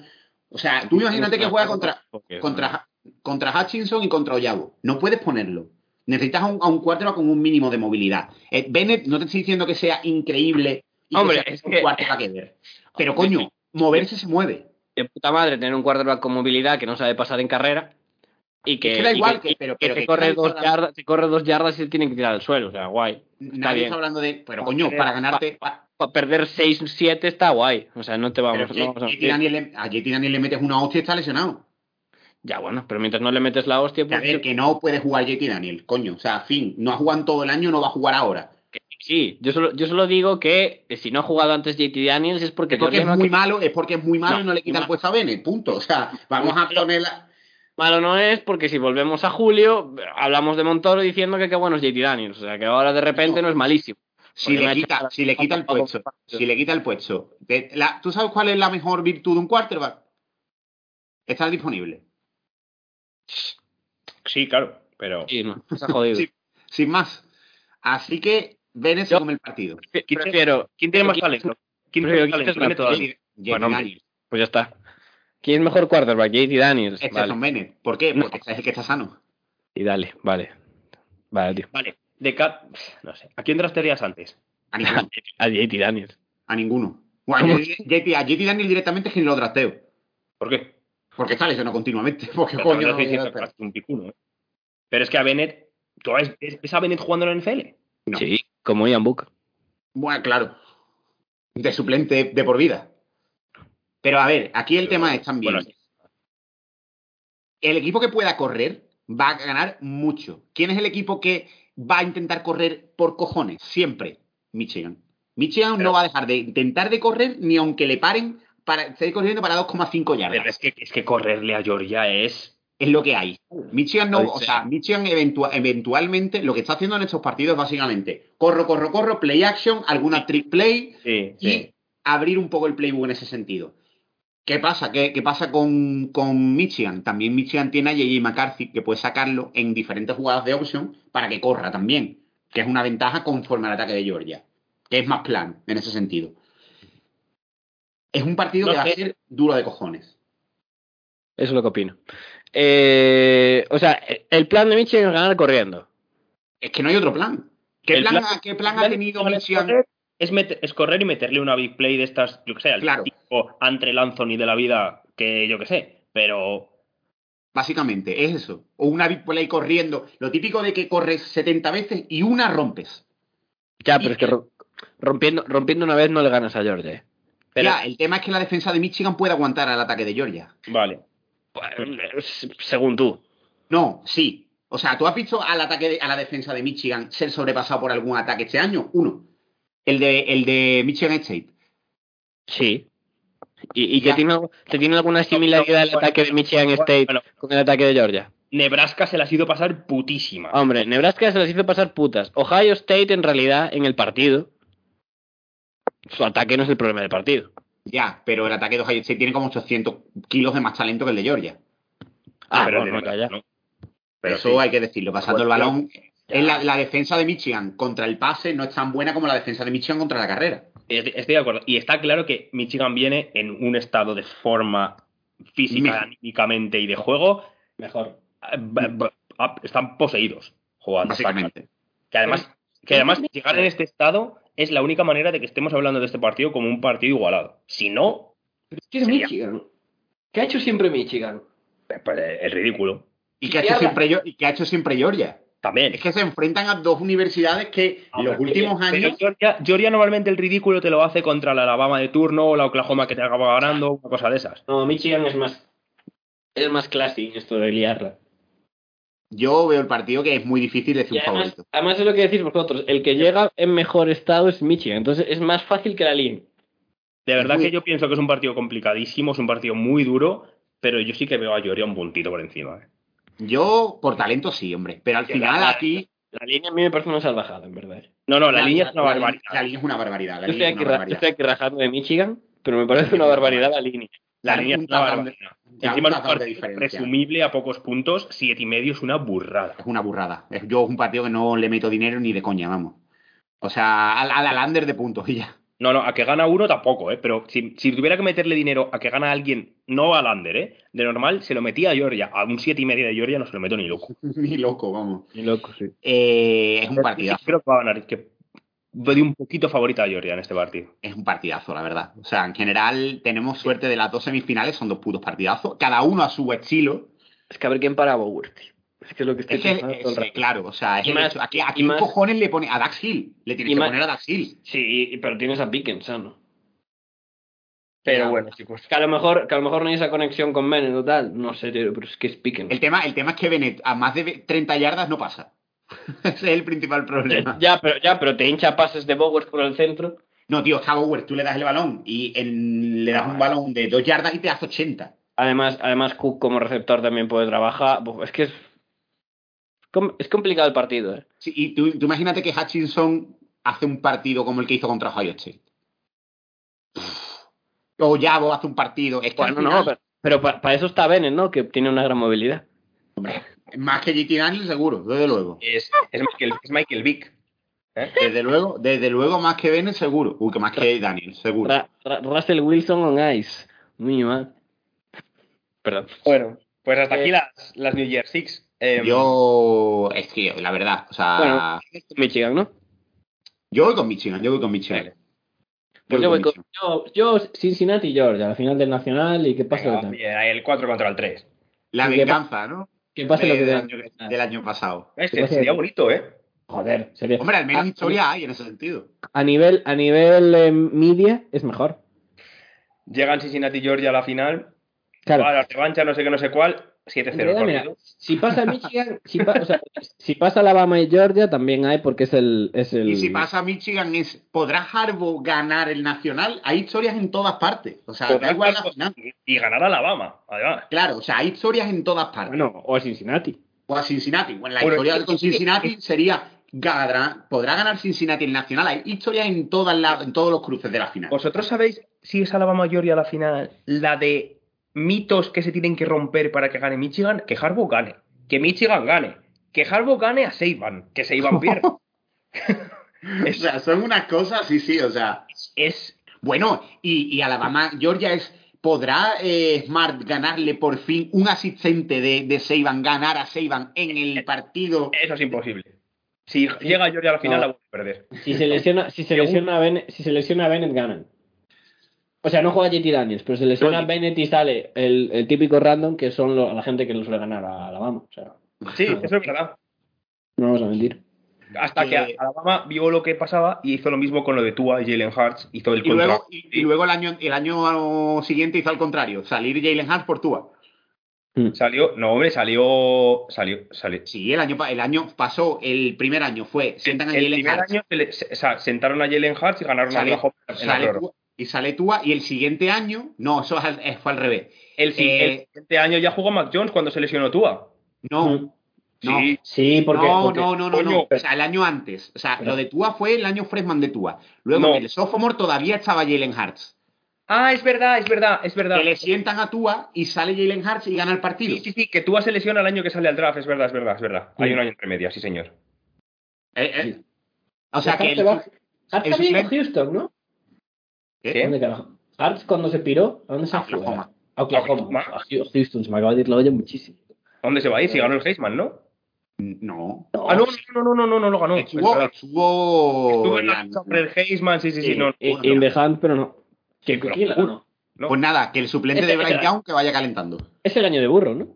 O sea, tú
Pues
imagínate que juega contra, contra, contra Hutchinson y contra Oyabo. No puedes ponerlo. Necesitas a un, a un quarterback con un mínimo de movilidad. Eh, Bennett, no te estoy diciendo que sea increíble y
Hombre,
que sea
es
un
que-
quarterback que ver. Pero coño, moverse se mueve.
de puta madre tener un quarterback con movilidad que no sabe pasar en carrera y que,
Es que da
y
igual
que-
que-
y
pero-
que
pero
te,
que
corre
nadie
dos
está hablando-
yardas, te corre dos yardas y te tienen que tirar al suelo, o sea, guay. Está
Nadie
bien. eh,
está hablando de. Pero
Pa-
coño, para ganarte. pa-
Para perder 6-7 está guay, o sea, no te
pero
vamos,
es
no
que
vamos eh. a
JT Daniels le- a JT Daniels le metes una hostia y está lesionado.
Ya bueno, pero mientras no le metes la hostia,
Que, A
pues
ver, que no puede jugar JT Daniel, coño. O sea, fin, no ha jugado en todo el año, no va a jugar ahora.
sí. Yo solo, yo solo digo que eh, si no ha jugado antes JT Daniels es porque,
Es porque
Georgia
es
no ha
muy
querido.
malo, es porque es muy malo
No,
y no le quita
muy
el puesto a Bennett, punto. O sea, vamos a poner la-
malo no es, porque si volvemos a julio, hablamos de Montoro diciendo que qué bueno es JT Daniels, o sea, que ahora de repente
No.
no, es malísimo.
Si
Porque me
le,
ha hecho
quita,
para-
si le quita el
para-
puesto, si le quita el puesto. de- la- ¿Tú sabes cuál es la mejor virtud de un quarterback? Estar disponible.
Sí, claro, pero
Sí, no, se ha jodido.
Sí. Sin más. Así que Bennett se
Yo-
come el partido.
¿Quién
Pre-
tiene-
Prefiero.
¿quién tiene más
Yo-
talento? ¿Quién
prefiero
tiene
que
más talento?
estés
Dime
la-
todavía.
JT
Bueno, hombre.
Daniel,
Pues ya está. ¿Quién es mejor quarterback? JT Daniels.
este
Vale.
son Bennett. ¿Por qué?
No.
Porque es el que está sano.
Y dale, vale. Vale, tío.
Vale, de ca- no sé. ¿A quién trastearías antes?
A ninguno.
A JT Daniels.
a ninguno. Bueno,
¿Cómo?
JT, a JT Daniel directamente es quien lo drafteo.
¿Por qué?
Porque está lesionado continuamente. Porque
Pero
coño
no
no
estoy
voy a
diciendo que
esperar.
hagas un picuno, ¿eh? Pero es que a Bennett, ¿tú ves, ves a Bennett jugando en la NFL?
No.
Sí, como Ian Book.
Bueno, claro. De suplente de por vida. Pero a ver, aquí el tema es también.
Bueno, sí.
El equipo que pueda correr va a ganar mucho. ¿Quién es el equipo que va a intentar correr por cojones? Siempre. Michigan. Michigan
Pero-
no va a dejar de intentar de correr ni aunque le paren para seguir corriendo para 2,5 yardas.
Pero es que, es que correrle a Georgia es...
es lo que hay. Michigan no,
Oye,
o
sí.
sea, Michigan eventua- eventualmente lo que está haciendo en estos partidos es básicamente corro, corro, corro, play action, alguna trick play
Sí,
y abrir un poco el playbook en ese sentido. ¿Qué pasa? ¿Qué, qué pasa con, con Michigan? También Michigan tiene a J.J. McCarthy que puede sacarlo en diferentes jugadas de option para que corra también, que es una ventaja conforme al ataque de Georgia, que es más plano en ese sentido. Es un partido
No
que va
sé.
a ser duro de cojones.
Eso es lo que opino. Eh, o sea, el plan de Michigan es ganar corriendo.
Es que no hay otro plan. ¿Qué
El
plan,
plan-
ha- qué plan ha
Bennett
tenido
correr-
Michigan?
correr Es, meter- es correr y meterle una big play de estas, yo que sé, al
Claro.
tipo Antrel Anthony de la vida, que yo que sé, pero...
Básicamente, es eso. O una big play corriendo. Lo típico de que corres 70 veces y una rompes.
Ya, pero es que ro- rompiendo, rompiendo una vez no le ganas a Georgia. eh.
pero-
Ya, el tema es que la defensa de Michigan puede aguantar al ataque de Georgia.
Vale.
Según tú.
No, sí. O sea, ¿tú has visto al ataque de- a la defensa de Michigan ser sobrepasado por algún ataque este año? Uno. El de, el de Michigan State.
Sí. ¿Y, y
Ya.
te, tiene, te tiene alguna
no,
similaridad el
bueno,
ataque de Michigan
bueno,
State
bueno.
con el ataque de Georgia?
Nebraska se las ha ido pasar putísima.
Hombre, Nebraska se las hizo pasar putas. Ohio State, en realidad, en el partido, su ataque no es el problema del partido.
Ya, pero el ataque de Ohio State tiene como 800 kilos de más talento que el de Georgia.
Ah,
Pero
no,
de
no,
Nebraska,
calla.
¿no? Pero
Eso
sí.
hay que decirlo. Pasando el
Bueno,
balón.
ya.
Es la, la defensa de Michigan contra el pase no es tan buena como la defensa de Michigan contra la carrera.
Eh, Estoy estoy de acuerdo. Y está claro que Michigan viene en un estado de forma física,
Mejor.
anímicamente y de juego. Ah, Mejor. Están poseídos jugando.
Básicamente.
Que además, que además llegar en este estado es la única manera de que estemos hablando de este partido como un partido igualado. Si no,
Pero es que es
Sería-
Michigan. ¿Qué ha hecho siempre Michigan?
pues, eh, es ridículo.
Y que, ha
Y
hecho
ahora-
siempre, Yo- y que ha hecho siempre Georgia.
También.
Es que se enfrentan a dos universidades que en los últimos
Pero
años.
Georgia, Georgia normalmente el ridículo te lo hace contra la Alabama de turno o la Oklahoma que te acaba ganando, una cosa de esas.
No, Michigan es más. Es más classy en esto de liarla.
Yo veo el partido que es muy difícil decir
Y
un
además,
favorito.
además es lo que decís vosotros: el que llega en mejor estado es Michigan. Entonces es más fácil que la líen.
De verdad
Muy-
que yo pienso que es un partido complicadísimo, es un partido muy duro, pero yo sí que veo a Georgia un puntito por encima. ¿eh?
Yo, por talento, sí, hombre. Pero al
Que
final,
la-
aquí.
La línea a mí me parece una salvajada, en verdad. ¿eh?
No, no, la, línea es una
la-
barbaridad.
La línea es una barbaridad. La
Yo estoy,
línea es
aquí,
una
ra- yo
barbaridad.
estoy aquí rajando de Michigan, pero me parece una barbaridad la línea.
La
Dar
línea
un
es una
touchdown de-
barbaridad.
dar
Encima
un
es un
touchdown de
partido
diferencia.
presumible a pocos puntos, siete y medio es una burrada.
Es una burrada. Es- Yo es un partido que no le meto dinero ni de coña, vamos. O sea, al, al Lander de puntos y ya.
No, no, a que gana uno tampoco, ¿eh? Pero si, si tuviera que meterle dinero a que gana alguien, no al under, ¿eh? De normal se lo metía a Georgia. A un siete y medio de Georgia no se lo meto ni loco.
ni loco, vamos.
Ni loco, sí.
Eh, es un
Sí,
partidazo.
creo que va a ganar. Que doy un poquito favorita a Georgia en este partido.
Es un partidazo, la verdad. O sea, en general tenemos suerte de las dos semifinales, son dos putos partidazos. Cada uno a su estilo.
Es que a ver quién para a Bogart, tío. Es que es lo que estoy
Es que,
pensando todo el
es que,
rato.
claro, o sea, es
Y
el
más-
hecho- aquí, aquí
y más-
cojones le pone a Dax Hill. Le tienes
y
que
más-
poner a Dax Hill.
Sí, pero tienes a Pickens sano.
Pero
Ya. pues.
bueno, chicos.
Que a lo mejor, que a lo mejor no hay esa conexión con Menem o tal. No sé, tío, pero es que es Pickens.
El tema, el tema es que Bennett a más de 30 yardas no pasa. Ese es el principal problema.
Ya, pero, ya, pero te hincha pases de Bogart por el centro.
No, tío, es a Bauer, tú le das el balón y en- le das
Ah,
un balón de dos yardas y te das 80.
Además, además Cook como receptor también puede trabajar. Buf, Es que es, com- es complicado el partido. ¿eh?
Sí, y tú, tú imagínate que Hutchinson hace un partido como el que hizo contra Ohio State. Pff. O Yabo hace un partido. Es que al
Bueno, no,
final-
pero, pero para eso está Bennett, ¿no? Que tiene una gran movilidad.
Hombre, más que JT Daniel, seguro, desde luego.
Es, es Michael, es Michael Vick.
Desde luego, desde luego más que Bennett, seguro. Uy, que más que Daniel, seguro.
Ra- Ra- Russell Wilson on ice. Muy mal. Perdón.
Bueno, pues hasta
Eh,
aquí las, las New Year Six. Em,
Yo, es que la verdad, o sea,
Bueno. Michigan, ¿no?
yo voy con Michigan, yo voy con Michigan.
Vale.
Pues
voy
yo
con
voy con yo, yo Cincinnati y Georgia, la final del Nacional y que pase,
venga,
lo, que,
bien, ahí el 4 contra el 3.
La
¿Y qué pa-
venganza, ¿no? Eh,
que pase lo que tenga
del, año,
que pasar.
del año pasado.
Este,
Gracias.
sería bonito, ¿eh?
Joder, sería.
Hombre, al menos
a,
historia hay en ese sentido.
A nivel, a nivel eh, media es mejor.
Llegan Cincinnati y Georgia a la final.
Claro.
A la revancha, no sé qué, no sé cuál.
En
7-0.
realidad, mira,
corrido.
si pasa Michigan, si, pa- o sea, si pasa Alabama y Georgia también hay porque es el es el
Y si pasa a Michigan es, ¿podrá Harbaugh ganar el nacional? Hay historias en todas partes. O sea, da
Podrá
igual la
Harbaugh.
final.
Y ganar a Alabama, además.
Claro, o sea, hay historias en todas partes.
bueno o a Cincinnati.
O a Cincinnati. Bueno, la
Bueno,
historia
y-
con Cincinnati sería, ganará- ¿podrá ganar Cincinnati el nacional? Hay historias en, todas la- en todos los cruces de la final.
¿Vosotros sabéis si es Alabama y Georgia a la final la de mitos que se tienen que romper para que gane Michigan? Que Harbaugh gane. Que Michigan gane. Que Harbaugh gane a Seiban. Que Seiban pierda.
O sea, son unas cosas, sí, sí, o sea.
es
Bueno, y, y Alabama, Georgia es. ¿Podrá eh, Smart ganarle por fin un asistente de, de Saban, ganar a Saban en el partido?
Eso es imposible. Si llega Georgia a la final, la
No.
voy a perder.
Si se lesiona si se
Según-
lesiona a Bennett, si se lesiona a Bennett ganan. O sea, no juega JT Daniels, pero se lesiona
No,
a
y-
Bennett y sale el, el típico random que son lo- la gente que le suele ganar a Alabama. O sea,
Sí, eso es verdad.
no vamos a mentir.
Hasta
Eh,
que Alabama vio lo que pasaba y hizo lo mismo con lo de Tua y Jalen Hurts. Hizo el
Y luego,
contrato.
y, y luego el, año, el año siguiente hizo al contrario, salir Jalen Hurts por Tua.
Salió, no, hombre, salió. Salió, salió.
Sí, el año, pa- el año pasó, el primer año fue, sientan a
el
Jalen
primer
Hurts,
año se le- se- o sea, sentaron a Jalen Hurts y ganaron a
Sale-
Oklahoma en la
sale
prórroga.
Tua- y sale Tua, y el siguiente año, no, eso es al- eh, fue al revés.
El, si-
Eh,
el siguiente año ya jugó Mac Jones cuando se lesionó Tua.
No. No.
Mm. Sí.
Sí, porque.
no,
porque-
no, no, no,
Coño,
no. O sea, el año antes. O sea,
Pero-
lo de Tua fue el año Freshman de Tua. Luego
No.
en el sophomore todavía estaba Jalen Hartz.
Ah, es verdad, es verdad, es verdad.
Que le sientan a Tua y sale Jalen Hartz y gana el partido.
Sí, sí, sí, que tú vas a lesión al año que sale al draft, es verdad, es verdad, es verdad. Hay un año entre medias, sí, señor.
Eh, eh.
Sí.
O sea,
Hart
que
se
el-
va- Hart
el
también
suplente-
con Houston, ¿no?
¿Qué?
¿Qué?
¿Dónde carajo? Hart cuando se piró, ¿a dónde se
A
fue?
Oklahoma.
A Oklahoma.
Oklahoma.
A Hu- Houston, se me acaba de ir la olla muchísimo.
¿A ¿Dónde se va a ir? Si ganó el Heisman, ¿no?
No.
Ah, no, no, no, no, no, no lo ganó. Es
Estuvo,
verdad.
estuvo,
Estuvo en la
la-
lucha por el Heisman, sí, sí, sí,
Sí,
no.
in-
no.
in Eh, the hand, pero no. Que,
pero-
¿quién la ganó?
no.
Pues nada, que el suplente
Ese-
de Bryce
ese-
Young que vaya calentando.
Es el año de burro, ¿no?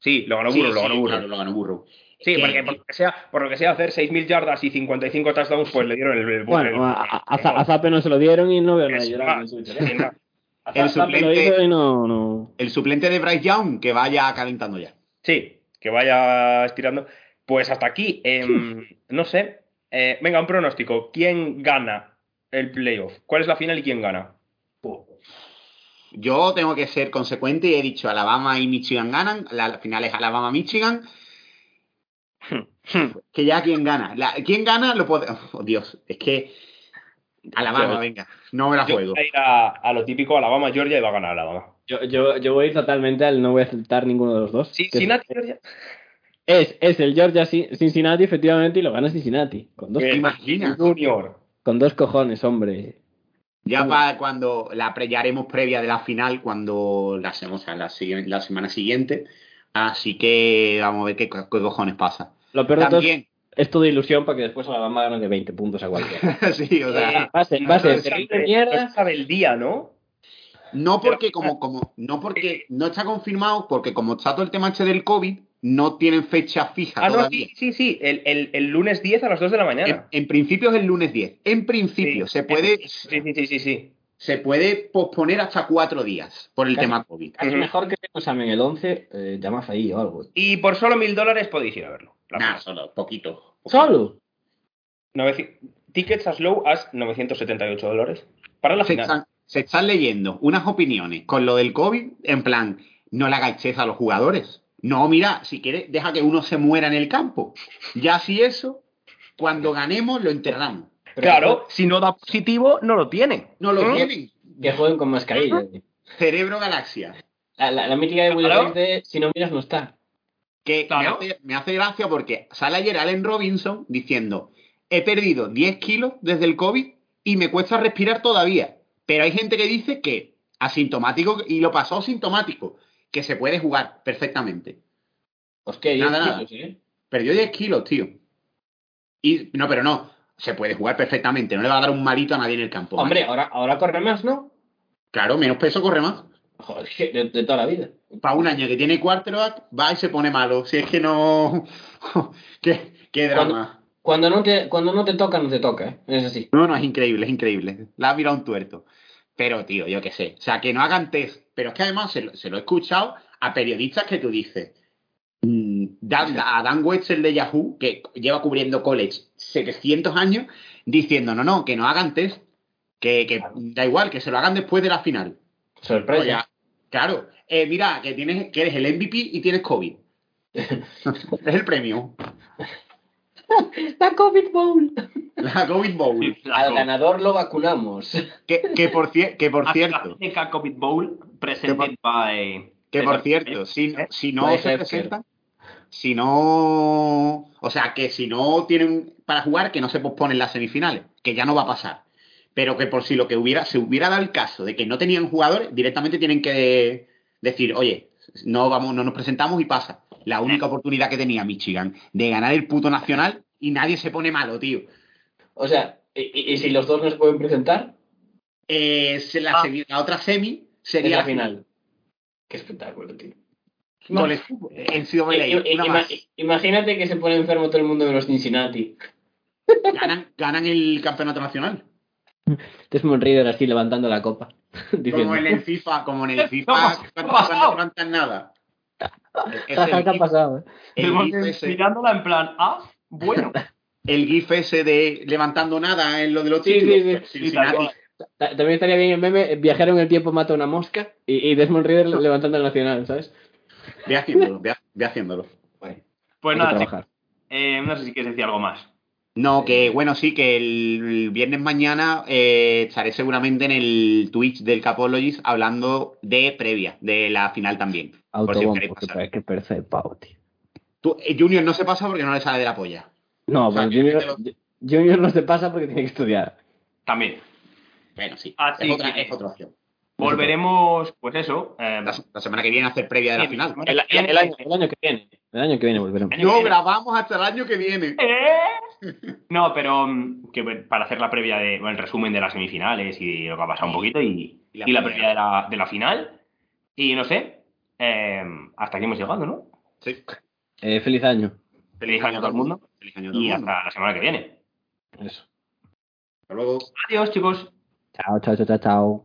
Sí, lo ganó
Sí,
Burro, lo
sí,
ganó Burro.
claro, lo ganó Burrow.
Sí,
Que-
porque por lo que sea, por lo que sea hacer 6.000 yardas y 55 touchdowns, pues le dieron el... el- el-
Bueno,
ah,
a, a- a Za- a Zappe no se lo dieron y no veo nada
Eso,
llorando
ah,
en Twitter.
sí, no.
A
El
Zappe lo
suplente-
hizo y no, no.
El suplente de Bryce Young que vaya calentando ya.
Sí, que vaya estirando. Pues hasta aquí, em, no sé. Eh, venga, un pronóstico. ¿Quién gana el playoff? ¿Cuál es la final y quién gana?
Pues, Yo tengo que ser consecuente y he dicho Alabama y Michigan ganan. La final es Alabama-Michigan.
Hmm.
que ya quién gana. La- ¿Quién gana? Lo puede... Oh, Dios, es que... Alabama,
Yo-
venga. No me la
Yo
juego.
voy a ir a, a lo típico Alabama, Georgia y va a ganar Alabama.
Yo, yo, yo voy totalmente al no voy a aceptar ninguno de los dos.
Sí,
Que
Cincinnati, Georgia.
Es, es el Georgia Cin- Cincinnati, efectivamente, y lo gana Cincinnati. Con dos,
Bien.
¿Te imaginas?
Junior.
con dos cojones, hombre.
Ya para cuando la pre- ya haremos previa de la final, cuando la hacemos o sea, la, sigui- la semana siguiente. Así que vamos a ver qué, co- qué cojones pasa.
Lo peor de todo es,
También,
es todo ilusión para que después Alabama gane de 20 puntos a cualquiera.
sí, o
Eh,
sea,
Va a ser, va a ser terrible mierda.
No se sabe el día, ¿no?
no porque
ah,
como, como,
eh,
no porque no está confirmado, porque como está todo el tema este del COVID, no tienen fecha fija
Ah, no,
todavía.
sí, sí, sí. El, el- el lunes 10 a las 2 de la
En,
mañana.
en principio es el lunes 10. En principio,
Sí,
se puede,
Sí, sí, sí, sí. sí.
se puede posponer hasta cuatro días por el
Casi.
tema COVID.
Casi
Ujú.
mejor que nos llamen el 11, eh, llamad ahí o algo.
Y por solo mil dólares podéis ir a verlo. La
Nada,
verdad.
solo, poquito.
¿Solo?
Noveci- Tickets as low as 978 dólares. Para la
se
final.
están, se están leyendo unas opiniones con lo del COVID, en plan, no le hagáis cheza a los jugadores. No, mira, si quieres, deja que uno se muera en el campo. Ya si eso, cuando ganemos, lo enterramos.
Claro, si no da positivo, no lo tiene.
No lo
¿Mm?
tienen.
Que jueguen con mascarilla.
Cerebro Galaxia.
La, la, la mítica de Will
Claro.
Smith de si no miras no está.
Que
Claro.
me, hace, me hace gracia porque sale ayer Allen Robinson diciendo, he perdido 10 kilos desde el COVID y me cuesta respirar todavía. Pero hay gente que dice que asintomático y lo pasó asintomático, que se puede jugar perfectamente.
Hostia, y
Nada,
es
nada.
chico, ¿sí? pues, ¿eh?
Perdió 10 kilos, tío. Y no, pero no, se puede jugar perfectamente, no le va a dar un malito a nadie en el campo. ¿no?
Hombre, ahora, ahora corre más, ¿no?
Claro, menos peso corre más.
Joder, que de, de toda la vida.
Para un año que tiene quarterback, va y se pone malo. Si es que no... qué, qué drama.
Cuando no te, cuando no te toca, no te toca, ¿eh? Es así.
No, no, es increíble, es increíble. La ha mirado un tuerto. Pero, tío, yo qué sé. O sea, que no hagan test. Pero es que además se lo, se lo he escuchado a periodistas que tú dices. mm, Dan- a Dan Wetzel de Yahoo, que lleva cubriendo college 700 años, diciendo, no, no, que no hagan test. Que, que da igual, que se lo hagan después de la final.
Sorpresa.
Oye, claro. Eh, mira, que, tienes, que eres el MVP y tienes COVID. es el premio.
La COVID Bowl.
La COVID Bowl.
Al ganador lo vacunamos.
Que, que por, cier- que por cierto...
AstraZeneca COVID Bowl presented by...
Que
Pero-
¿eh?
por cierto, si, si
¿eh? Puede
no se
ser,
presentan, si no. O sea, que si no tienen para jugar, que no se posponen las semifinales, que ya no va a pasar. Pero que por si lo que hubiera, se hubiera dado el caso de que no tenían jugadores, directamente tienen que decir, oye, no vamos, no nos presentamos y pasa. La única
Eh.
oportunidad que tenía Michigan de ganar el puto nacional y nadie se pone malo, tío.
O sea, ¿y, y- y si los dos no se pueden presentar?
Eh, se- la,
Ah.
semi- la otra semi
Es
sería
la final. Qué espectáculo, tío.
Con el fútbol, en NCAA,
Eh, eh,
una
ima-
más.
Imagínate que se pone enfermo todo el mundo menos Cincinnati.
Ganan, ganan el campeonato nacional.
Te Este es Reader así levantando la copa.
Como
Diciendo,
en el FIFA, como en el
No
FIFA,
ha pas- no ha
cuando, cuando no
pasado.
levantan nada. Es
"Jaja, ¿qué ha
el, GIF,
pasado? eh?".
el
Porque
GIF ese,
Mirándola en plan, ah, bueno.
el GIF ese de levantando nada en lo de los
Sí,
títulos.
sí, sí.
pues,
Sí,
Cincinnati.
tal cual. Ta- También estaría bien el meme, eh, viajar en el tiempo mata una mosca y, y Desmond Reader levantando el nacional, ¿sabes?
Ve haciéndolo, ve, ha- ve haciéndolo.
Pues
Hay que
nada,
trabajar.
chicos, eh, no sé si quieres decir algo más.
eh,
No, que bueno, sí, que el viernes mañana eh, estaré seguramente en el Twitch del Capologist hablando de previa, de la final también. Por si os
Autobombo,
queréis
que
pasar.
parece que pereza de pavo, tío.
Tú, eh, Junior no se pasa porque no le sale de la polla.
No,
O sea,
pero
que-
Junior, Junior no se pasa porque tiene que estudiar.
También.
Bueno, sí.
Ah,
Así
es, otra,
que-
es otra opción.
Volveremos, pues eso. eh,
La, la semana que viene hacer previa de la final.
El, el año, el año que viene. El año que viene volveremos.
año que
No,
viene.
grabamos hasta el año que viene.
¿Eh? No, pero mm, que para hacer la previa de, bueno, el resumen de las semifinales y lo que ha pasado un poquito y,
Y la
y la
previa.
previa de la, de la final. Y no sé, eh, hasta aquí hemos llegado, ¿no?
Sí.
Eh, feliz año.
Feliz año a todo el mundo
Feliz año a todo
y
el mundo.
hasta la semana que viene.
Eso.
Hasta luego.
Adiós, chicos.
Chao, chao, chao, chao, chao.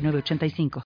906985.